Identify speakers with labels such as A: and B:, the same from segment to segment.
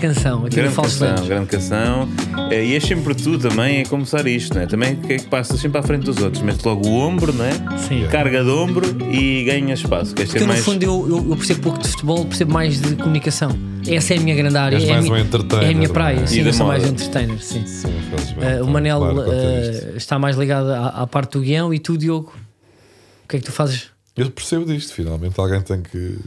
A: canção. Aqui no
B: Grande
A: Falsos
B: canção,
A: Lentos.
B: grande canção. Eh, E é sempre tu também a começar isto, não é? Também o que é que passa sempre à frente dos outros. Metes logo o ombro, não é?
A: Sim.
B: Carga de ombro e ganha espaço. Queres
A: Porque
B: ser
A: eu, no
B: mais.
A: fundo eu, eu- eu percebo pouco de futebol, percebo mais de comunicação. Essa é a minha grande área.
C: És
A: é, a
C: mais
A: minha,
C: um entertainer,
A: é a minha
C: não é?
A: praia.
C: E
A: Sim,
B: da
A: eu sou mais um
B: moda.
A: entertainer. Sim.
C: Sim, infelizmente.
A: Eh,
C: então,
A: o Manel
C: claro, quanto a
A: eh,
C: isto.
A: está mais ligado à, à parte do guião e tu, Diogo, o que é que tu fazes?
C: Eu percebo disto, finalmente alguém tem que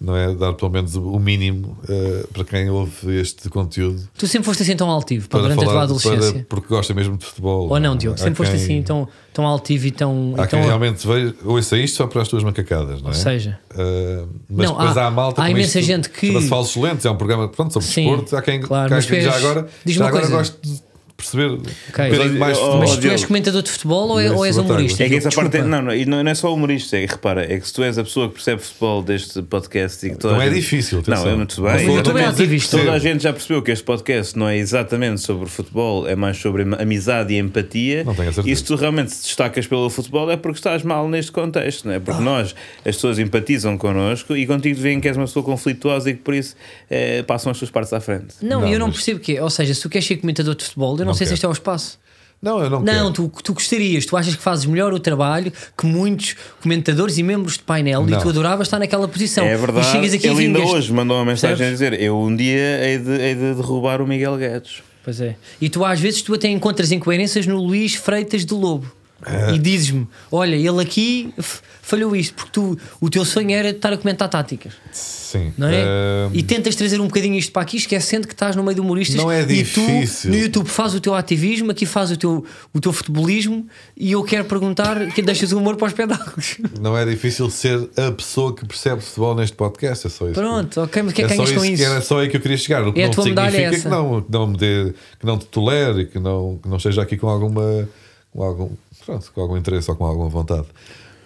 C: não é, dar pelo menos o mínimo eh, para quem ouve este conteúdo
A: Tu sempre foste assim tão altivo pá,
C: para
A: durante a tua
C: falar
A: adolescência.
C: para- porque gosta mesmo de futebol. é?
A: Ou não, Diogo?
C: Há
A: Sempre foste
C: quem-
A: assim então- tão, tão altivo e tão.
C: Há
A: e tão-
C: quem realmente veja, ouça isto só para as tuas macacadas, não
A: Ou
C: é?
A: seja,
C: Eh, mas
A: Não,
C: depois
A: há-
C: há, a malta
A: há
C: como
A: imensa
C: isto
A: gente que-
C: chama-se Falsos Lentos, é um programa pronto, sobre
A: Sim,
C: desporto. Há quem,
A: claro,
C: há
A: mas
C: quem já
A: fez-
C: agora,
A: diz-me
C: já
A: uma
C: agora
A: coisa.
C: gosto de perceber
A: Ok.
C: um bocadinho mais
B: Mas-
C: de
A: mas
C: futebol.
A: tu
B: Diogo.
A: és comentador de futebol ou, é-
C: Eu
A: ou és
C: sou
A: humorista?
B: É que essa
A: Desculpa.
B: parte. é- Não, não, e não não é só humorista, é que repara, é que se tu és a pessoa que percebe futebol deste podcast e que toda a
C: Não é
B: gente-
C: difícil, atenção.
B: Não, é muito
C: Não
B: bem.
C: sou eu
A: Tu também
C: a dizer que
A: ativista.
B: Toda a
C: percebo.
B: gente já percebeu que este podcast não é exatamente sobre futebol, é mais sobre am- amizade e empatia.
C: Não tenho a certeza.
B: E se tu realmente se destacas pelo futebol é porque estás mal neste contexto, não é?
C: Ah.
B: Porque nós, as pessoas empatizam connosco e contigo veem que és uma pessoa conflituosa e que por isso eh, passam as tuas partes à frente.
A: Não,
C: Não,
A: eu não
C: mas-
A: percebo o que é. Ou seja, se tu queres ser comentador de futebol, eu não,
C: Não
A: sei se
C: quero.
A: este é o espaço.
C: Não, eu não,
A: Não,
C: quero.
A: tu, tu gostarias, tu achas que fazes melhor o trabalho que muitos comentadores e membros de painel e
C: Não.
A: tu adoravas estar naquela posição.
B: É
A: E
B: verdade.
A: chegas aqui e
B: Ele ainda
A: vingas.
B: hoje mandou uma mensagem
A: Percebes?
B: a dizer: Eu um dia hei de, hei de derrubar o Miguel Guedes.
A: Pois é. E tu às vezes tu até encontras incoerências no Luís Freitas do Lobo.
C: É.
A: E dizes-me: Olha, ele aqui f- falhou isto, porque tu, o teu sonho era estar a comentar táticas,
C: Sim.
A: não é?
C: Eh,
A: E tentas trazer um bocadinho isto para aqui, esquecendo que estás no meio de humoristas.
C: Não é difícil.
A: E tu, no YouTube, faz o teu ativismo, aqui faz o teu, o teu futebolismo. E eu quero perguntar: que deixas o humor para os pedáculos?
C: Não é difícil ser a pessoa que percebe futebol neste podcast, é só isso.
A: Pronto, ok, mas o que é que
C: só
A: ganhas com
C: que era
A: isso?
C: só aí que eu queria chegar. O que
A: É a
C: não
A: tua medalha
C: significa
A: essa.
C: que não, que não me dê, que não te tolere, que não, que não esteja aqui com alguma, com algum, pronto, com algum interesse ou com alguma vontade.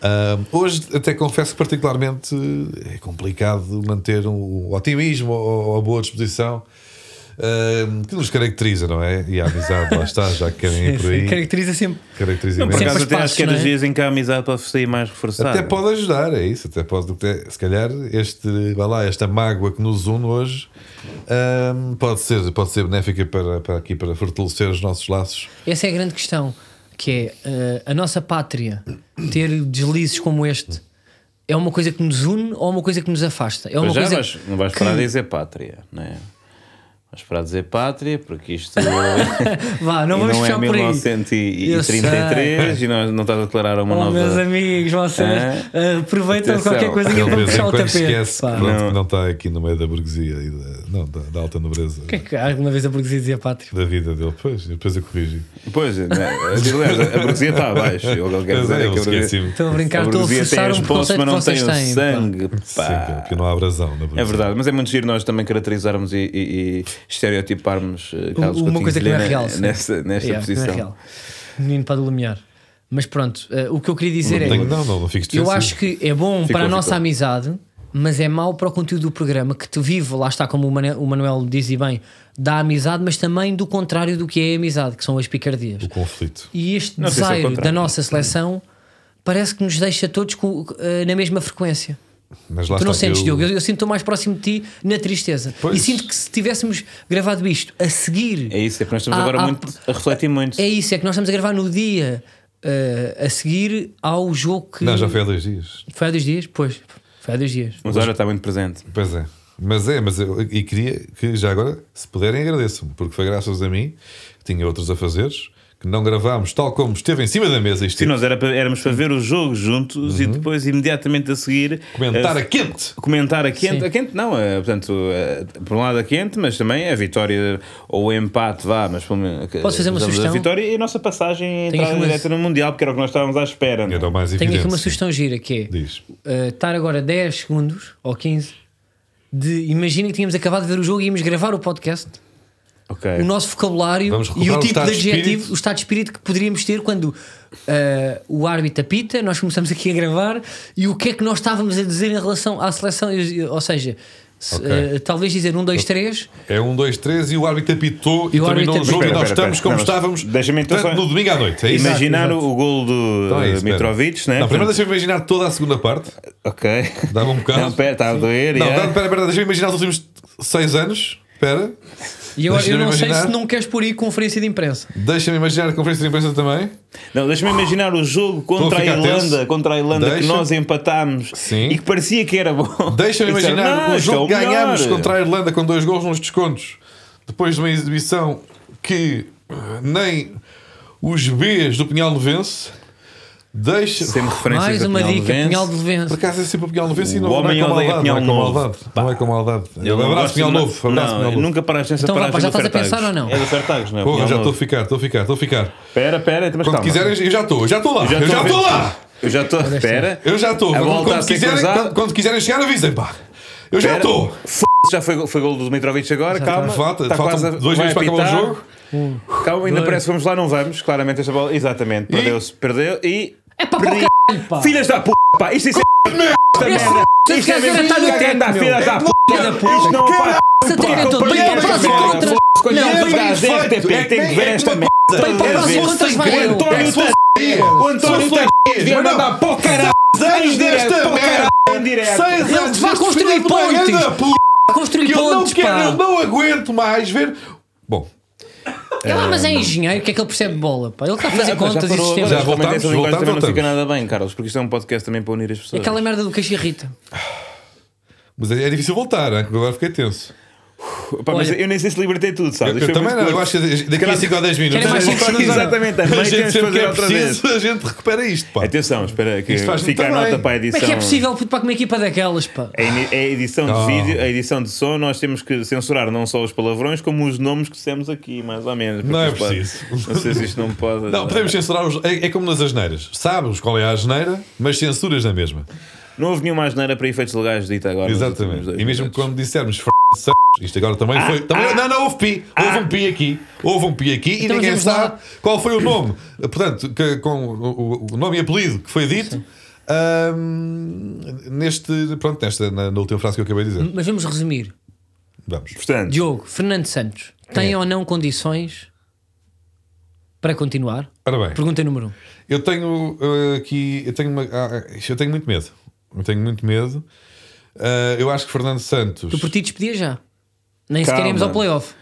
C: Ahm, hoje até confesso que particularmente é complicado manter um, o otimismo ou, ou a boa disposição ahm, que nos caracteriza, não é? E a amizade lá está, já que querem ir É por aí.
A: Caracteriza sempre.
C: Caracteriza
B: Não, por
C: imenso.
A: Sempre
B: acaso até
A: espaços,
B: acho que é
A: não é?
B: dos dias em que a amizade pode sair mais reforçada.
C: Até pode ajudar, é isso. Até pode, até- se calhar, este, vá lá, esta mágoa que nos une hoje ahm, pode, ser, pode ser benéfica para, para aqui, para fortalecer os nossos laços.
A: Essa é a grande questão, que é eh, a nossa pátria ter deslizes como este é uma coisa que nos une ou uma coisa que nos afasta? É uma
B: Mas já
A: coisa
B: vais- não vais
A: que-
B: parar a dizer pátria, não é? Vais parar a dizer pátria, porque isto
A: Vá, não
B: e
A: vamos
B: não é
A: fechar por aí. Eu
B: 1933 e não, não estás a declarar uma
A: Oh,
B: nova.
A: meus amigos, vocês
B: Hã?
A: eh, aproveitam
B: Atenção.
A: qualquer coisinha
C: Ele de
A: para
C: vez em
A: puxar o
C: quando
A: tapete.
C: esquece
A: pá.
C: que, pronto,
B: Não.
C: que não está aqui no meio da burguesia e da, não, da, da alta nobreza
A: O que é que alguma vez a burguesia dizia pátria?
C: da vida dele. Pois, depois eu corrigi.
B: Pois, né? aliás, a burguesia está abaixo. Eu, eu quero
C: Pois
B: dizer
C: é,
B: é
C: eu
B: que a burguesia-
C: esqueci-me.
A: Estou a
B: a
A: brincar, estou a
B: burguesia tem
A: forçar
B: os
A: um
B: postos,
A: preconceito
B: mas
A: que vocês têm.
B: não tem o
A: pá.
B: sangue.
C: Sim, que-
B: Pá.
C: porque não há abrasão na burguesia.
B: É verdade, mas é muito giro nós também caracterizarmos e, e- e estereotiparmos eh, Carlos
A: uma
B: Coutinho
A: coisa que não é
B: Vilhena
A: real, sim.
B: nessa, nesta
A: Yeah, não é
B: posição.
A: real. O menino pode lumiar. Mas pronto, eh, o que eu queria dizer
C: Não,
A: é.
C: tenho- não, não, não fiques
A: Eu
C: defensivo.
A: acho que é bom
B: Ficou,
A: para a nossa
B: ficou.
A: amizade, mas é mau para o conteúdo do programa que te vive, lá está, como o Mane- o Manuel diz e bem, da amizade, mas também do contrário do que é a amizade, que são as picardias.
C: O conflito.
A: E este
B: Não sei se é o
A: desaire da
B: contrário.
A: nossa seleção parece que nos deixa todos com- eh, na mesma frequência.
C: Mas lá
A: tu não
C: está,
A: sentes,
C: eu-
A: Diogo? Eu, eu sinto mais próximo de ti na tristeza.
C: Pois.
A: E sinto que se tivéssemos gravado isto a seguir
B: É isso, é que nós estamos
A: Há-
B: agora
A: há-
B: muito a refletir muito.
A: Ah, é isso, é que nós estamos a gravar no dia eh, a seguir ao jogo que.
C: Não, já foi há dois dias.
A: Foi há dois dias? Pois, foi há dois dias.
B: Mas olha, está muito presente.
C: Pois é. Mas é, mas eu, e queria que já agora, se puderem, agradeçam-me, porque foi graças a mim que tinha outros a fazer, que não gravámos tal como esteve em cima da mesa isto.
B: Sim, nós era para- éramos para ver o jogo juntos e depois, imediatamente Uhum. a seguir,
C: Comentar
B: eh,
C: a quente!
B: comentar a quente.
A: Sim.
B: A quente não, eh, portanto, eh, por um lado a quente, mas também a vitória ou o empate, vá, mas pelo menos. que-
A: Posso fazer uma
B: fizemos
A: sugestão?
B: A vitória e a nossa passagem
A: Tenho
B: entrada
A: aqui uma-
B: direta no Mundial, porque era o que nós estávamos à espera. não é?
C: Era o mais
A: Tenho
C: evidente.
A: aqui uma sugestão gira que é
C: Diz.
A: eh, estar agora 10 segundos ou 15 de. Imagina que tínhamos acabado de ver o jogo e íamos gravar o podcast.
B: Ok.
A: O nosso vocabulário
C: Vamos
A: e o
C: recuperar
A: tipo
C: o
A: de
C: estado de
A: adjetivo,
C: espírito.
A: o estado de espírito que poderíamos ter quando eh, o árbitro apita, nós começamos aqui a gravar e o que é que nós estávamos a dizer em relação à seleção. Eu- eu- Ou seja, se,
C: Ok.
A: eh, talvez dizer um, dois, três.
C: É um, dois, três e o árbitro apitou
A: E
C: e,
A: o
C: terminou
A: árbitro
C: o jogo
B: apitou.
C: e nós
B: Espera, espera,
C: estamos como
B: espera.
C: estávamos
B: Deixa-me então
C: portanto,
B: só-
C: no domingo à noite. É isso?
B: Imaginar
A: Exato, exato.
B: o gol do
C: Então é
B: eh,
C: isso, espera.
B: Mitrovic, né?
C: Não, primeiro deixa-me imaginar toda a segunda parte.
B: Ok.
C: Dá-me um bocado.
B: Não, pera, está a doer.
C: Não,
B: yeah.
C: dá- pera, pera, deixa-me imaginar os últimos seis anos. Espera,
A: E eu,
C: Deixa-me
A: eu não sei
C: imaginar.
A: se não queres pôr aí conferência de imprensa.
C: deixa-me imaginar a conferência de imprensa também.
B: Não, deixa-me imaginar o jogo
C: Estou a
B: contra a
C: ficar
B: Irlanda,
C: tenso.
B: contra a Irlanda que
C: Deixa-
B: nós empatámos
C: Sim.
B: e que parecia que era bom.
C: Deixa-me
B: E disseram,
C: imaginar
B: "Não,
C: o
B: isto é
C: jogo que
B: melhor."
C: ganhámos contra a Irlanda com dois gols nos descontos, depois de uma exibição que ah, nem os Bs do Pinhal Novense deixa.
B: Sempre referências
A: Mais
B: a
A: uma
B: Pinhal de
A: dica, Pinhal de
B: Vence.
C: Por
A: Levença.
C: acaso é sempre o Pinhal Novense e não,
B: O
C: não é
B: homem
C: com
B: odeia
C: maldade. Não é
B: Pinhal
C: com
B: Novo.
C: maldade. Não é com maldade.
B: Eu não
C: Abraço
B: gosto
C: Pinhal
B: de-
C: Novo. Abraço
B: não,
C: Pinhal Novo.
B: Nunca paraste nessa
A: Então vá,
B: paragem.
A: já estás
B: de
A: a pensar
B: Fertagos.
A: ou não?
B: É de Fertagos, não é?
C: Porra,
B: Pinhal
C: já
B: Novo.
C: estou a ficar, estou a ficar, estou a ficar.
B: Espera, espera, então, mas
C: Quando
B: calma.
C: quiserem, eu já estou, já estou lá.
B: Já
C: Eu
B: estou
C: já
B: a
C: estou
B: ver.
C: lá.
B: Eu já estou. Espera.
C: Eu já estou.
B: A
C: Quando,
B: volta
C: quando
B: a ser
C: quiserem,
B: cruzada.
C: quando, quando quiserem chegar, avisem, pá. Eu já
B: Espera.
C: estou.
B: F- Já foi, foi gol do Dmitrovic agora, calma.
C: Falta-
B: Está
C: faltam
B: tá quase a-
C: dois
B: vai
C: minutos para acabar o
B: apitar.
C: jogo.
B: Calma, ainda
A: dois.
B: parece que vamos lá, não vamos. Claramente esta bola. Exatamente. Perdeu-se, perdeu e.
A: É para o
B: Perdi.
A: caralho, pá.
B: Filhas da p, pá. Isto é sempre
A: Esse-
B: esta merda.
A: esse
B: Isto é
A: gajo
B: mesmo
A: está no
B: cagando
A: teto,
B: à
A: meu.
B: filhas da p.
A: Filha da puta.
B: Isto não, pá.
A: Se
B: Pá,
A: atacam todo. Bem para a
B: companheiro,
A: próxima
B: merda.
A: contra.
B: Escolhi
A: Não,
B: um
A: bem para
B: gajo da RTP, tem que ver esta merda.
A: Bem para a próxima contra vai
B: O
A: eu.
B: António Teixeira. O António Teixeira devia mandar para o caralho.
C: Seis
B: Em direto,
C: desta
B: para o
C: merda.
B: caralho. Em direto.
C: Seis
A: Ele
C: anos
A: te vai
C: deste
A: construir
C: filho de uma
A: pontes.
C: grande puta que
A: Construir
C: Eu não
A: pontos,
C: quero, eu
A: pá.
C: não aguento mais ver. Bom,
A: Ele, ah, mas é engenheiro, o que é que ele percebe de bola? Pá? Ele está a fazer
B: Ah, pá,
A: contas e
B: parou
A: sistemas.
B: agora.
C: Já
B: Também
C: voltamos,
B: dessa linguagem
C: voltamos,
B: também não fica
C: voltamos.
B: nada bem, Carlos, porque isto é um podcast também para unir as pessoas.
A: É Aquela merda do queixo irrita.
C: mas é é difícil voltar, hein? agora fiquei tenso.
B: Pá, mas
A: Olha.
B: eu nem sei se libertei tudo, sabes?
C: Eu,
B: Isto foi
C: também
B: muito
C: não, eu
B: curto.
C: acho que daqui a
B: Caralho.
C: 5 ou 10 minutos.
A: Querem mais cinco
C: voltamos
A: segundos?
C: a-
B: Exatamente, a
C: a
B: meio
C: gente
B: temos que
C: sempre que
B: fazer
C: é
B: outra vez. É tipo-
C: preciso, a gente recupera isto, pá.
B: Ah. Atenção, espera que
C: Isto faz
B: fica a
C: muito
B: nota
C: bem.
B: para a
A: Como
B: edição.
A: é que é possível puto, para com uma equipa daquelas, pá?
B: A ini- A edição de
C: Oh.
B: vídeo, a edição de som, nós temos que censurar não só os palavrões, como os nomes que dissemos aqui, mais ou menos.
C: Não é
B: porque isto
C: preciso.
B: pode- Não sei se isto não pode.
C: Não, podemos censurar os. É, é como nas asneiras. Sabes qual é a asneira, mas censuras na mesma.
B: Não houve nenhuma asneira para efeitos legais dita agora. nos últimos
C: Exatamente.
B: dois
C: E mesmo
B: minutos.
C: quando dissermos f Santos, isto agora também foi. também- não, não, houve pi. Houve um pi aqui. Houve um pi aqui
A: Então,
C: e ninguém
A: mas vamos lá.
C: sabe qual foi o nome. Portanto, que- com o, o- o nome e apelido que foi dito. ahm, neste, pronto, nesta, na, na última frase que eu acabei de dizer.
A: Mas vamos resumir.
C: Vamos.
B: Portanto,
A: Diogo, Fernando Santos,
B: É.
A: tem ou não condições para continuar?
C: Ora bem.
A: Pergunta número 1. Um.
C: Eu tenho uh, aqui, eu tenho, uma, ah, ah, eu tenho muito medo. Eu tenho muito medo. Ah, eu acho que Fernando Santos.
A: Tu por ti despedia já. Nem
B: Calma.
A: sequer iremos ao playoff.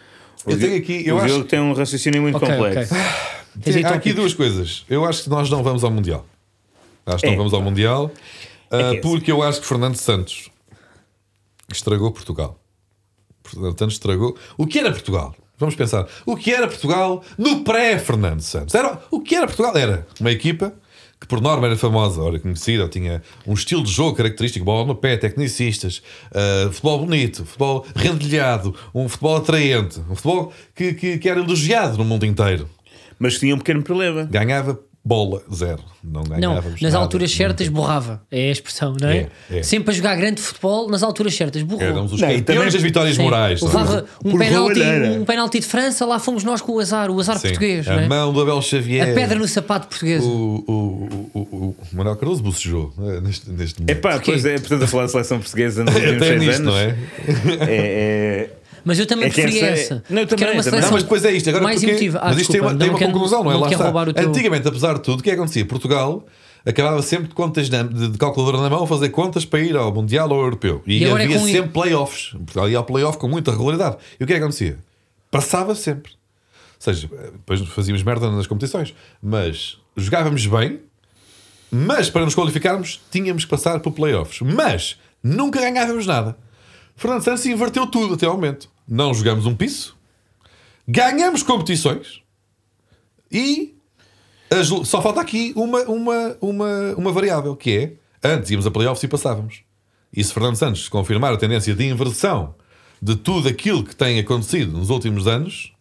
B: o
C: Eu tenho
B: Diogo-
C: aqui, eu
B: o
C: acho
B: Diogo tem um raciocínio muito
A: Ok,
B: complexo.
A: ok. Tens aí
C: Há aqui
A: tópicos.
C: duas coisas. Eu acho que nós não vamos ao Mundial. Acho que
B: É.
C: não vamos ao Mundial. ah,
B: que é
C: porque eu acho que Fernando Santos estragou Portugal. Fernando Santos estragou. O que era Portugal? Vamos pensar. O que era Portugal no pré-Fernando Santos? Era, o que era Portugal? Era uma equipa que, por norma, era famosa, era conhecida, tinha um estilo de jogo característico: bola no pé, tecnicistas, ah, futebol bonito, futebol rendilhado, um futebol atraente, um futebol que- que- que era elogiado no mundo inteiro
B: Mas tinha um pequeno problema.
C: ganhava bola zero. Não
A: Não,
C: ganhávamos.
A: nas
C: nada.
A: alturas certas borrava. É a expressão, não é?
C: É, é.
A: Sempre a jogar grande futebol, nas alturas certas borrou.
C: Éramos os
B: Não, e
C: campeões
B: também-
C: das vitórias
A: Sim.
C: morais. é?
A: Levava um
B: Por
A: penalti,
B: roleira.
A: um penalti de França, lá fomos nós com o azar, o azar
C: Sim.
A: português,
C: A
A: não é?
C: mão do Abel Xavier.
A: A pedra no sapato português.
C: O, o, o, o, o Manuel Cardoso bocejou eh, neste, neste momento.
B: Epá,
A: Porquê?
B: pois é, portanto, a falar de seleção portuguesa nos últimos
C: Até
B: seis
C: nisto,
B: anos.
C: não
A: Assim,
C: é?
B: É, é-
A: Mas eu também
B: É que
A: preferia
B: essa é-
A: essa.
B: Não, eu
A: Porque era
B: também,
A: uma
B: também.
A: seleção
C: Não, mas depois é isto. Agora
A: mais
C: porque,
A: emotiva. Ah,
C: mas isto tem uma,
A: desculpa,
C: tem
A: não
C: uma
A: quero-
C: conclusão, não é?
A: não
C: Lá
A: quero
C: está.
A: roubar o teu-
C: Antigamente, apesar de tudo, o que é que acontecia? Portugal acabava sempre de contas na- de, de calculadora na mão a fazer contas para ir ao Mundial ou ao Europeu. E,
A: E agora é
C: havia
A: com-
C: sempre playoffs. Portugal ia ao playoff com muita regularidade. E o que é que acontecia? Passava sempre. Ou seja, depois fazíamos merda nas competições, mas jogávamos bem, mas para nos qualificarmos tínhamos que passar por playoffs. Mas nunca ganhávamos nada. Fernando Santos inverteu tudo até ao momento. Não jogamos um piso, ganhamos competições e as- só falta aqui uma, uma, uma, uma variável que é antes íamos a playoffs e passávamos. E se Fernando Santos confirmar a tendência de inversão de tudo aquilo que tem acontecido nos últimos anos,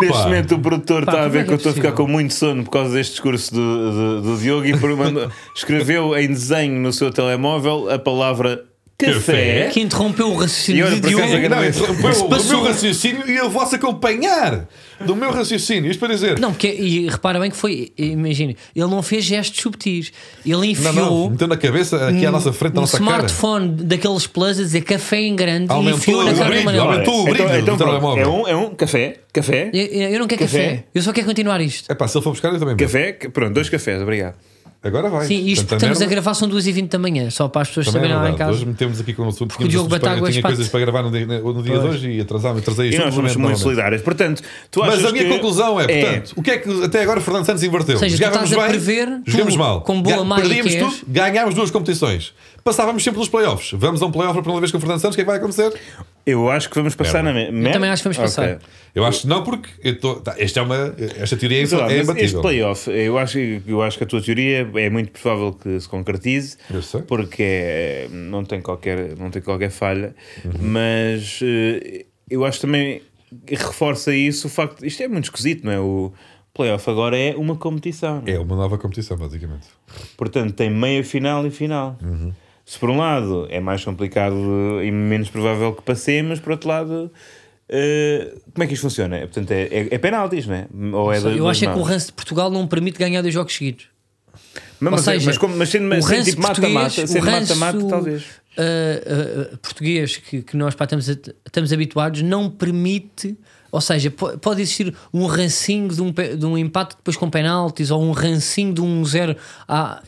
B: Neste
C: Pá.
B: momento o produtor
A: Pá,
B: está a
A: como é
B: ver
A: que
B: que eu
A: é
B: estou a ficar
A: possível?
B: com muito sono por causa deste discurso do, do, do Diogo e por- mandou- escreveu em desenho no seu telemóvel a palavra café.
C: Café.
A: que interrompeu o
B: E
A: raciocínio
B: olha,
A: de
B: por acaso,
A: Diogo.
B: é
C: Não,
B: Mas
C: entre- põe o- do
A: passou.
C: meu raciocínio e eu vou-se acompanhar do meu raciocínio. Isto para dizer.
A: Não, porque, e repara bem que foi, imagina, ele não fez gestos subtis, ele
C: não,
A: enfiou
C: não, meteu na cabeça aqui à nossa frente, à
A: um
C: nossa cara.
A: smartphone daqueles plus a dizer café em grande e
C: Aumentou
A: enfiou
C: o
A: na cara do
C: brilho,
A: Manuel.
C: aumentou. Tu, o brilho
B: então,
C: do
B: então, pronto,
C: telemóvel.
B: é um, é um café, café,
A: Eu, eu não quero
B: Café?
A: café. eu só quero continuar isto.
C: É pá, se ele for buscar, eu também. bebo.
B: café, que- pronto, dois cafés, obrigado.
C: Agora vai.
A: Sim, isto
C: Tanta
A: porque estamos a
C: merda.
A: gravar, são 2h20 da manhã, só para as pessoas
C: Também é
A: saberem lá em
C: verdade.
A: casa.
C: Hoje metemos aqui com o assunto.
A: o Diogo Batáguas
C: tinha
A: parte.
C: coisas para gravar no dia, no dia de hoje e atrasámos, atrasei
B: E
C: isto.
B: nós somos
C: completamente,
B: muito
C: novamente.
B: solidários. Portanto, tu achas
C: Mas a minha
B: que-
C: conclusão é, portanto, o que é que até agora Fernando Santos inverteu?
A: Ou seja, tu
C: Jogávamos
A: estás a
C: bem,
A: prever, tu,
C: jogamos mal.
A: com boa
C: Ga-
A: malha que
C: Perdíamos
A: és.
C: tudo, ganhámos duas competições. Passávamos sempre pelos playoffs. Vamos a um playoff a primeira vez com o Fernando Santos, o que é que vai acontecer?
B: Eu acho que vamos passar na mesma.
A: Eu também acho que vamos passar.
C: Eu acho que não, porque eu tô, tá, esta, é uma, esta teoria é,
B: Sei lá,
C: é
B: mas este
C: imbatível.
B: playoff, eu acho, eu acho que a tua teoria é muito provável que se concretize,
C: Eu sei.
B: porque é- não tem qualquer, não tem qualquer falha, mas eh, eu acho também que reforça isso o facto. Isto é muito esquisito, não é? O playoff agora é uma competição. não é?
C: É uma nova competição, basicamente.
B: Portanto, tem meia final e final. Se por um lado é mais complicado e menos provável que passemos, por outro lado. eh, como é que isto funciona? Portanto, é, é, é penaltis, não é? Ou é
A: Eu acho é que o
B: mãos?
A: ranço de Portugal não permite ganhar dois jogos seguidos.
B: Mas,
A: Ou
B: mas,
A: seja,
B: mas, como, mas sendo,
A: o
B: mas sendo
A: ranço
B: tipo mata-mata,
A: português, o
B: sendo
A: ranço
B: mata-mata, talvez.
A: ah, ah, português que, que nós pá, estamos, a- estamos habituados não permite, ou seja, po- pode existir um rancinho de um, pe- de um empate depois com penaltis ou um rancinho de um zero a-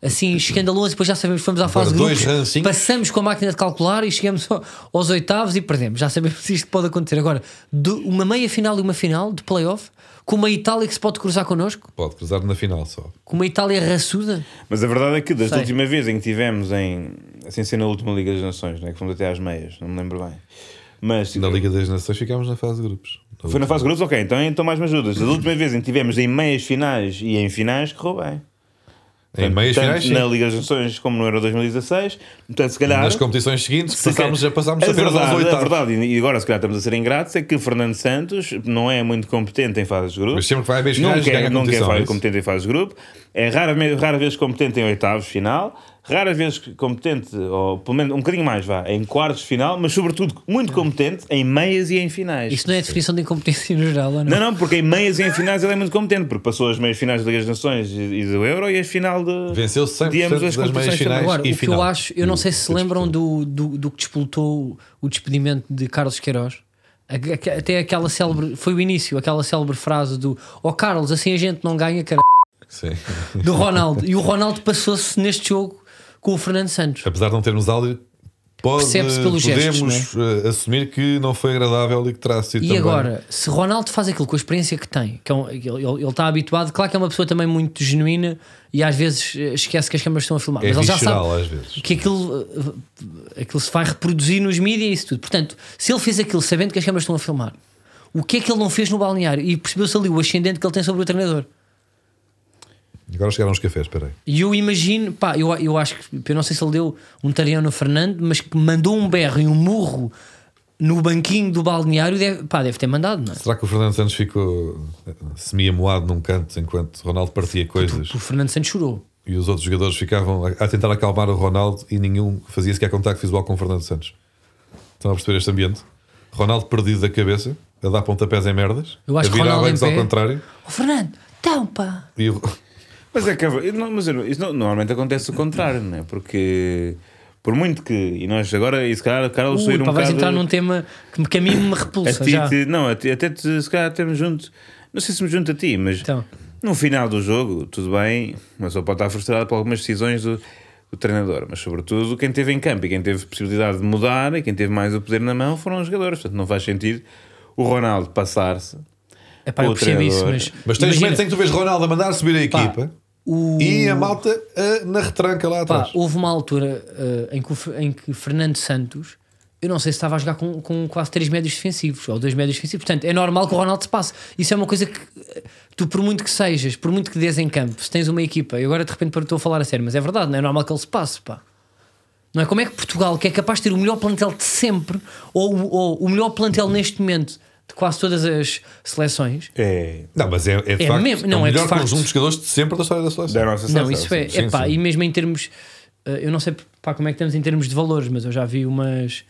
A: assim escandaloso. Depois já sabemos que fomos à fase de
C: dois
A: grupos,
C: rancinhos.
A: passamos com a máquina de calcular e chegamos ao- aos oitavos e perdemos. Já sabemos que isto pode acontecer. Agora, de uma meia final e uma final de playoff com uma Itália que se pode cruzar connosco,
C: Pode cruzar na final só.
A: com uma Itália raçuda.
B: Mas a verdade é que desde a
A: Sei.
B: última vez em que tivemos em. Sem ser na última Liga das Nações, né? que fomos até às meias, não me lembro bem. Mas tipo,
C: Na Liga das Nações ficámos na fase de grupos.
B: foi na fase de grupos, ok, então, então mais me ajudas. Da última vez em que tivemos em meias finais e em finais, correu bem.
C: Em meias
B: Tanto
C: finais, sim.
B: na Liga das Nações como no Euro 2016. Portanto, se calhar.
C: Nas competições seguintes,
B: Se
C: passámos,
B: calhar-
C: já passámos
B: é
C: apenas
B: verdade,
C: aos
B: é
C: oitavos.
B: verdade, e agora se calhar estamos a ser ingratos, é que Fernando Santos não é muito competente em fases de grupo.
C: Mas sempre que vai a meias
B: Não
C: finais,
B: quer-
C: ganha a
B: Não quer
C: competição, é
B: vai
C: isso?
B: competente em fases de grupo. É rara, me- rara vez competente em oitavos de final. Rara vez competente, ou pelo menos um bocadinho mais, vá, em quartos de final, mas sobretudo muito competente em meias e em finais.
A: Isto não é a definição de incompetência no geral, ou não?
B: Não, não, porque em meias e em finais ele é muito competente, porque passou as meias finais da Liga das Nações e, e do Euro e as final de.
C: Venceu 100%
B: de ambas as
C: das meias
B: competições
C: finais.
B: também.
A: é Agora, o
C: e
A: que
C: final.
A: eu acho, eu não sei se se
C: Hum,
A: lembram do, do, do que disputou o despedimento de Carlos Queiroz. A- a- Até aquela célebre, foi o início, aquela célebre frase do Ó Carlos, assim a gente não ganha, caralho,
C: Sim.
A: do Ronaldo. E o Ronaldo passou-se neste jogo com o Fernando Santos.
C: Apesar de não termos áudio, pode,
A: Percebe-se pelos
C: podemos
A: gestos,
C: eh, assumir que não foi agradável e que terá sido
A: é? E
C: também.
A: agora, se Ronaldo faz aquilo com a experiência que tem, que é um- ele, ele- ele está habituado, claro que é uma pessoa também muito genuína e às vezes eh, esquece que as câmaras estão a filmar,
C: É
A: mas ele já sabe
C: visceral às vezes.
A: que aquilo, eh, aquilo se vai reproduzir nos mídias e isso tudo. Portanto, se ele fez aquilo sabendo que as câmaras estão a filmar, o que é que ele não fez no balneário? E percebeu-se ali o ascendente que ele tem sobre o treinador.
C: Agora chegaram os cafés, espera aí.
A: E eu imagino, pá, eu, eu acho que, eu não sei se ele deu um tarião no Fernando, mas que mandou um berro e um murro no banquinho do balneário, deve, pá, deve ter mandado, não é?
C: Será que o Fernando Santos ficou eh, semi-amoado num canto enquanto Ronaldo partia coisas
A: O Fernando Santos chorou.
C: e os outros jogadores ficavam a, a tentar acalmar o Ronaldo e nenhum fazia sequer contacto visual com o Fernando Santos? Estão a perceber este ambiente? Ronaldo perdido da cabeça, a dar pontapés em merdas,
A: Eu acho
C: a
A: que
C: virar
A: Ronaldo em
C: bens ao
A: pé-
C: contrário
A: Ó Fernando, então pá.
C: e o-
B: Mas é que eu não, mas eu não- isso não- normalmente acontece o contrário, não é? Porque por muito que. E nós agora, e se calhar, Carlos,
A: Ui,
B: sair um
A: pá, vais
B: bocado-
A: entrar num tema que, me- que a mim me
B: a
A: repulsa.
B: ti,
A: já.
B: te- não, a ti- até te, se calhar temos junto. Não sei se me junto a ti, mas
A: Então.
B: no final do jogo, tudo bem, mas só pode estar frustrado por algumas decisões do, do treinador, mas sobretudo quem teve em campo e quem teve possibilidade de mudar e quem teve mais o poder na mão foram os jogadores. Portanto, não faz sentido o Ronaldo passar-se.
A: É pá, eu
B: o
A: percebo isso,
B: treinador.
A: mas.
C: Mas tens
A: imagina,
C: momentos em que tu vês Ronaldo a mandar subir a equipa
A: o-
C: e a malta ah, na retranca lá
A: Pá,
C: atrás.
A: houve uma altura eh, em, que, o Fe- em que Fernando Santos, eu não sei se estava a jogar com, com quase três médios defensivos ou dois médios defensivos, portanto é normal que o Ronaldo se passe. Isso é uma coisa que eh, tu, por muito que sejas, por muito que dês em campo, se tens uma equipa, e agora de repente estou a falar a sério, mas é verdade, não é normal que ele se passe, pá. Não é? Como é que Portugal, que é capaz de ter o melhor plantel de sempre, ou, o- ou o melhor plantel neste momento de quase todas as seleções,
B: É,
C: Não, mas é, é de
A: É
C: facto
A: mesmo-
C: é
A: não,
C: o
A: é de
C: melhor
A: facto.
C: conjunto de jogadores de sempre da história da seleção.
B: da nossa
A: Não,
B: seleção,
A: isso é,
C: sim,
A: epá,
C: sim.
A: e mesmo em termos, eh, eu não sei pá, como é que estamos em termos de valores, mas eu já vi umas,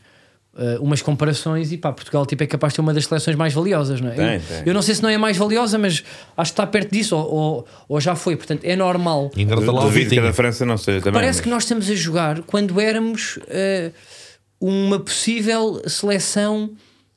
A: eh, umas comparações e pá, Portugal tipo, é capaz de ter uma das seleções mais valiosas, não é?
B: Tem,
A: eu,
B: tem.
A: eu não sei se não é a mais valiosa, mas acho que está perto disso, ou, ou, ou já foi, portanto é normal.
C: E é ainda está lá o
B: Duvido que a
C: Vitinho.
B: da França não seja também.
A: Parece
B: mas-
A: que nós estamos a jogar quando éramos eh, uma possível seleção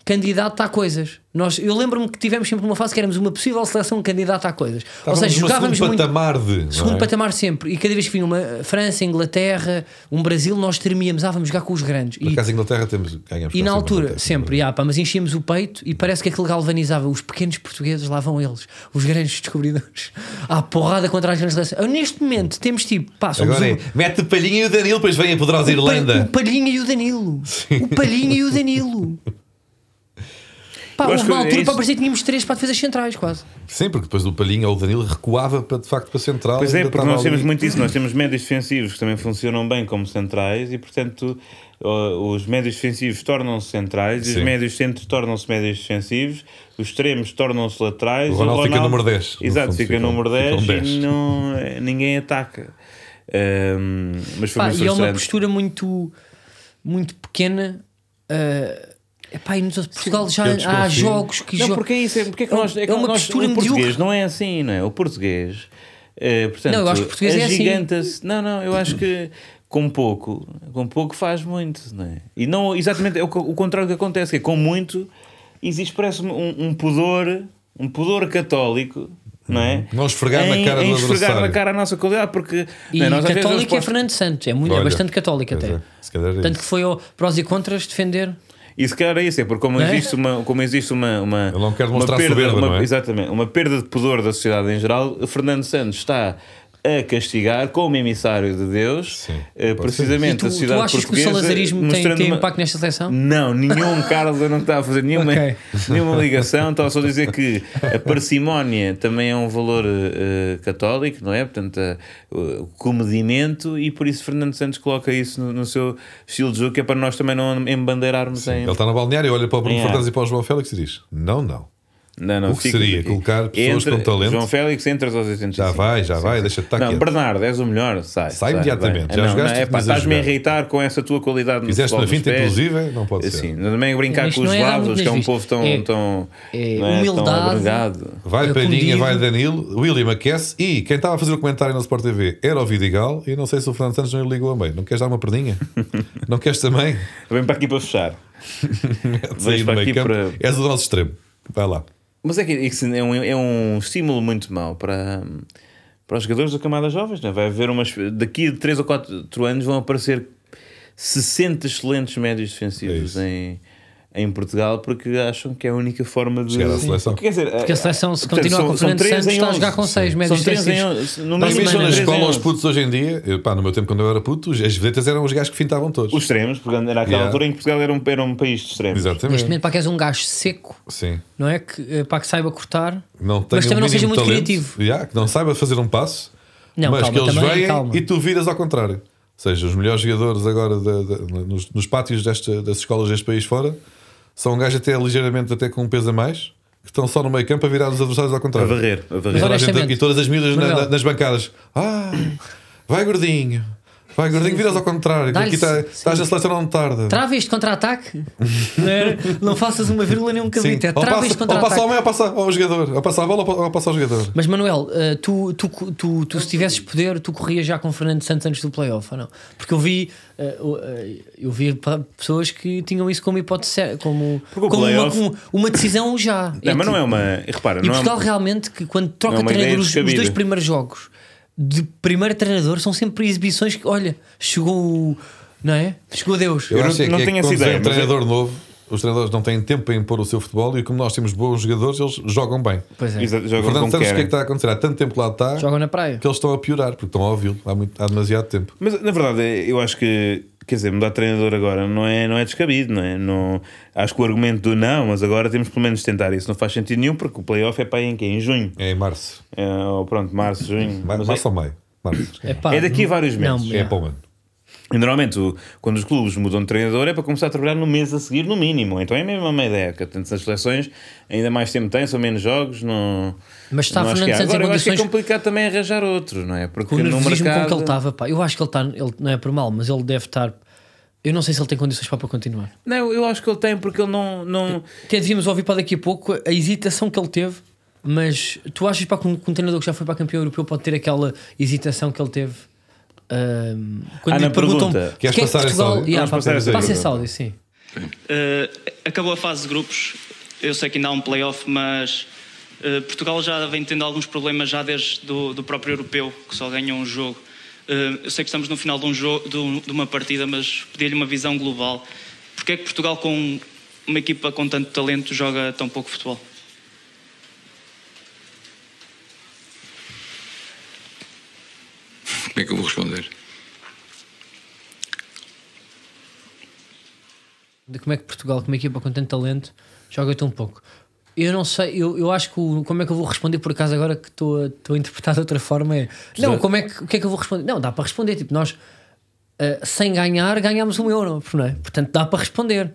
A: candidato a coisas. Nós, eu lembro-me que tivemos sempre uma fase que éramos uma possível seleção candidata a coisas. Ou
C: Estávamos
A: seja,
C: no
A: jogávamos
C: segundo
A: muito.
C: patamar de. não
A: Segundo
C: é?
A: patamar sempre. E cada vez que vinha uma França, Inglaterra, um Brasil, nós tremíamos. Ah, vamos jogar com os grandes.
C: Por
A: E,
C: acaso, em Inglaterra temos. Ganhamos
A: e na altura,
C: Inglaterra.
A: sempre, yeah, pá, mas enchíamos o peito e parece que aquilo galvanizava. Os pequenos portugueses, lá vão eles. Os grandes descobridores. À porrada contra as grandes seleções. Ah, Neste momento, temos tipo, pá, somos
C: Agora é.
A: um-
C: Mete Palhinha e o Danilo, depois vem a poderosa
A: o, Palhinha
C: Irlanda.
A: e o Danilo. O Palhinha e o Danilo. Pá,
B: Eu acho
A: houve
B: que
A: uma altura
B: é isso.
A: para parecer que tínhamos três para defesas centrais, quase.
C: Sim, porque depois do Palhinha ou o Danilo recuava para, de facto para a central.
B: Pois é,
C: ainda
B: porque
C: estava
B: nós
C: ali.
B: temos muito isso, nós temos médios defensivos que também funcionam bem como centrais e, portanto, ó, os médios defensivos tornam-se centrais, e
C: Sim.
B: os médios centros tornam-se médios defensivos, os extremos tornam-se laterais.
C: O
B: e
C: Ronaldo fica número 10, no
B: Exato,
C: fundo,
B: fica,
C: fica um-
B: número
C: fica
B: 10,
C: um 10.
B: e não, ninguém ataca. Ahm, mas foi
A: Pá, e
B: muito
A: é uma
B: frustrante.
A: postura muito, muito pequena. eh, epá, e no Portugal já
C: eu
A: há
C: desconfio.
A: jogos que
B: Não,
A: jo-
B: porque é isso, é, porque é que
A: É um-
B: nós. É, que
A: é uma
B: nós-
A: postura
B: o português
A: medíocre.
B: não é assim, não é? O português. eh, portanto,
A: Não, eu acho que o português é assim.
B: agiganta-se- Não, não, eu acho que com pouco, com pouco faz muito, não é? E não, exatamente, é o, co- o contrário que acontece, que é com muito existe, parece um, um pudor, um pudor católico, não é?
C: Não esfregar na cara
B: em esfregar
C: do
B: na
C: adversário.
B: cara a nossa qualidade, porque.
A: E
B: não é? Nós às vezes
A: católico é
B: vamos para-
A: Fernando Santos, é, muito, é
C: Olha,
A: bastante católico
C: pois
A: até.
C: é, se calhar é
A: Tanto
C: isso.
A: que foi ao prós e contras defender.
B: E se calhar é isso, é porque como
A: Não é?
B: existe uma. Como existe uma, uma
C: Ele não quer
B: uma
C: demonstrar
B: perda,
C: soberba,
B: uma-
C: não é?
B: Exatamente, uma perda de pudor da sociedade em geral. Fernando Santos está a castigar como emissário de Deus,
C: Sim,
B: eh,
C: pode ser.
A: E
B: precisamente
A: tu,
B: a
A: tu
B: sociedade
A: achas que o
B: portuguesa
A: salazarismo tem,
B: mostrando
A: tem
B: uma-
A: impacto nesta seleção?
B: Não, nenhum, Carlos, eu não estava a fazer nenhuma,
A: Ok.
B: nenhuma ligação. Estava só a dizer que a parcimónia também é um valor eh, católico, não é? Portanto, eh, o comedimento, e por isso Fernando Santos coloca isso no, no seu estilo de jogo, que é para nós também não embandeirarmos em.
C: Ele está na balneária, olha para o Bruno
B: Yeah.
C: Fernandes e para o João Félix e diz: Não, não.
B: Não, não,
C: O que
B: fica-
C: seria? Colocar pessoas
B: Entra-
C: com talento?
B: João Félix, entras aos 85.
C: Já vai, já vai, deixa-te estar
B: Não,
C: quieto.
B: Bernardo, és o melhor, sai.
C: Sai imediatamente,
B: vai.
C: já
B: não,
C: jogaste
B: não, é
C: o que
B: pá,
C: tinhas a
B: estás-me a
C: jogar.
B: irritar com essa tua qualidade no
C: Fizeste
B: futebol
C: na
B: dos
C: finta,
B: pés.
C: inclusive, é? não pode
B: Assim,
C: ser.
B: também brincar
A: Isto
B: com os
A: não é dar
B: eslavos,
A: muito
B: que é um
A: nas
B: povo tão.
A: vistas. É-
B: tão
A: é
B: não é,
A: humildade.
B: Tão abnegado.
C: Vai
A: Eu
C: Palhinha,
A: convido.
C: vai Danilo, William aquece e quem estava a fazer o comentário no Sport TV era o Vidigal e não sei se o Fernando Santos não lhe ligou a meio. Não queres dar uma perninha? não queres também?
B: Vem para aqui para fechar.
C: Metes
B: Vais
C: aí no
B: para
C: meio
B: aqui
C: campo.
B: para-
C: És o nosso extremo. Vai lá.
B: Mas é que isso é um, é um estímulo muito mau para, para os jogadores da camada jovens. Não é? Vai haver umas. Daqui a 3 ou 4 anos vão aparecer 60 excelentes médios
C: É
B: defensivos
C: isso.
B: em, em Portugal porque acham que é a única forma de.
C: Chegar à seleção.
B: Quer dizer, é,
A: Porque a seleção, se continuar com o Fernando
B: três
A: Santos,
B: em
A: está a
B: 11.
A: jogar com seis
B: São
A: médios
B: três em
A: defensivos.
B: 11. No
A: Para a
B: mínimo,
C: Mas mesmo
A: semana.
C: na
B: três em
C: escola, aos
B: 11.
C: putos hoje em dia, eu, pá, no meu tempo quando eu era puto, as vedetas eram os gajos que fintavam todos.
B: Os extremos, porque era aquela
C: Yeah.
B: altura em que Portugal era um, era um país de extremos.
A: Neste
C: Exatamente.
A: momento, para que és um gajo seco,
C: Sim.
A: não é? Que, eh, para que saiba cortar,
C: Não tem
A: mas também
C: o
A: não seja
C: mínimo
A: muito
C: talento,
A: criativo.
C: yeah, que não saiba fazer um passo,
A: Não,
C: mas
A: calma,
C: que eles
A: também,
C: vêm
A: calma.
C: e tu viras ao contrário. Ou seja, os melhores jogadores agora da- da- nos, nos pátios desta, das escolas deste país fora são gajos até ligeiramente até com um peso a mais que estão só no meio campo a virar os adversários ao
B: A
C: contrário.
B: varrer, a
C: E
A: Mas
B: varrer.
C: toda a gente-
A: honestamente,
C: e todas as miúdas na-
A: Manuel.
C: na- nas bancadas. Ah, vai gordinho, vai gordinho, viras ao contrário. que
A: Dá-lhe-
C: Aqui tá-
A: sim.
C: estás na seleção não tarda.
A: Trava este contra-ataque, não, é? Não faças uma vírgula nem um
C: Sim.
A: cabrito. É
C: Ou
A: trava este
C: passa, ou passa
A: contra-ataque.
C: ao meio, ou passa ao jogador, ou passa a bola, ou passa ao jogador.
A: Mas Manuel, eh, tu, tu, tu, tu, se tivesses poder, tu corrias já com o Fernando Santos antes do playoff, ou não? Porque eu vi, eh, o- eh, eu vi pa- pessoas que tinham isso como hipótese, séria, como,
B: Porque o
A: como uma,
B: playoff-
A: um- uma decisão já.
B: Não, mas não é
A: Entre-
B: uma. Repara,
A: E
B: não é
A: Portugal
B: uma-
A: realmente que quando
B: não
A: troca
B: é uma
A: treinador
B: ideia
A: os, os dois
B: descabida.
A: primeiros jogos de primeiro treinador são sempre exibições que, olha, chegou o. Não é? Chegou Deus.
C: Eu
B: Eu
C: acho que
B: não-
C: é
B: não
C: que é
B: tenho
C: que
B: essa
C: quando vem
B: ideia,
C: um
B: mas
C: treinador novo, os treinadores não têm tempo para impor o seu futebol e como nós temos bons jogadores, eles jogam bem.
A: Pois é.
B: Exato,
C: O
B: Jogam
C: Fernando
B: como
C: Santos, o que é que
B: querem.
C: está a acontecer? Há tanto tempo que lá está
A: Jogam na praia.
C: que eles estão a piorar, porque estão a ouvi-lo há, muito- há demasiado tempo.
B: Mas na verdade, é, eu acho que, quer dizer, mudar de treinador agora não é, não é descabido, não é? Não, acho que o argumento do não, mas agora temos pelo menos de tentar isso, não faz sentido nenhum, porque o playoff é para aí em quê? Em junho?
C: É em março.
B: É, ou pronto, março, junho.
C: Mar-
B: Mas
C: março
B: é,
C: ou maio? Março. É,
A: pá,
B: é daqui a vários
A: não,
B: meses.
A: é.
C: para o ano.
B: E normalmente, o- quando os clubes mudam de treinador, é para começar a trabalhar no mês a seguir, no mínimo. Então é mesmo uma meia década. Portanto, nas seleções, ainda mais tempo tem, são menos jogos. Não,
A: Mas está
B: não acho
A: Fernando
B: que há.
A: Santos em
B: Agora, eu acho que é
A: condições-
B: complicado também arranjar outro, não é? Porque
A: Com o
B: no
A: nervosismo com que ele
B: mercado.
A: estava, pá. Eu acho que ele está. Ele, não é por mal, mas ele deve estar. Eu não sei se ele tem condições pá, para continuar.
B: Não, eu acho que ele tem, porque ele não. não...
A: Até devíamos ouvir para daqui a pouco a hesitação que ele teve. Mas tu achas pá, que, um, que um treinador que já foi para campeão europeu pode ter aquela hesitação que ele teve? Ahm, quando
B: Ah,
A: lhe
B: na
A: perguntam
B: pergunta.
A: o que é
C: Queres
A: que
C: passar esse
A: Portugal.
C: áudio?
A: Yeah,
B: Vamos
A: pá,
B: passar esse
A: passa
B: áudio.
A: esse áudio, sim.
D: Eh, Acabou a fase de grupos. Eu sei que ainda há um playoff, mas eh, Portugal já vem tendo alguns problemas já desde do, do próprio europeu, que só ganhou um jogo. Eh, eu sei que estamos no final de, um jogo, de, um- de uma partida, mas pedir-lhe uma visão global. Porquê é que Portugal, com uma equipa com tanto talento, joga tão pouco futebol?
E: Como é que eu vou responder?
A: de como é que Portugal, como equipa com tanto talento, joga tão pouco. Eu não sei, eu, eu acho que o- como é que eu vou responder por acaso agora que estou a, estou a interpretar de outra forma é. Não, como é que, o que é que eu vou responder? Não, dá para responder. Tipo, nós eh, sem ganhar ganhámos um euro, não é? Portanto, dá para responder.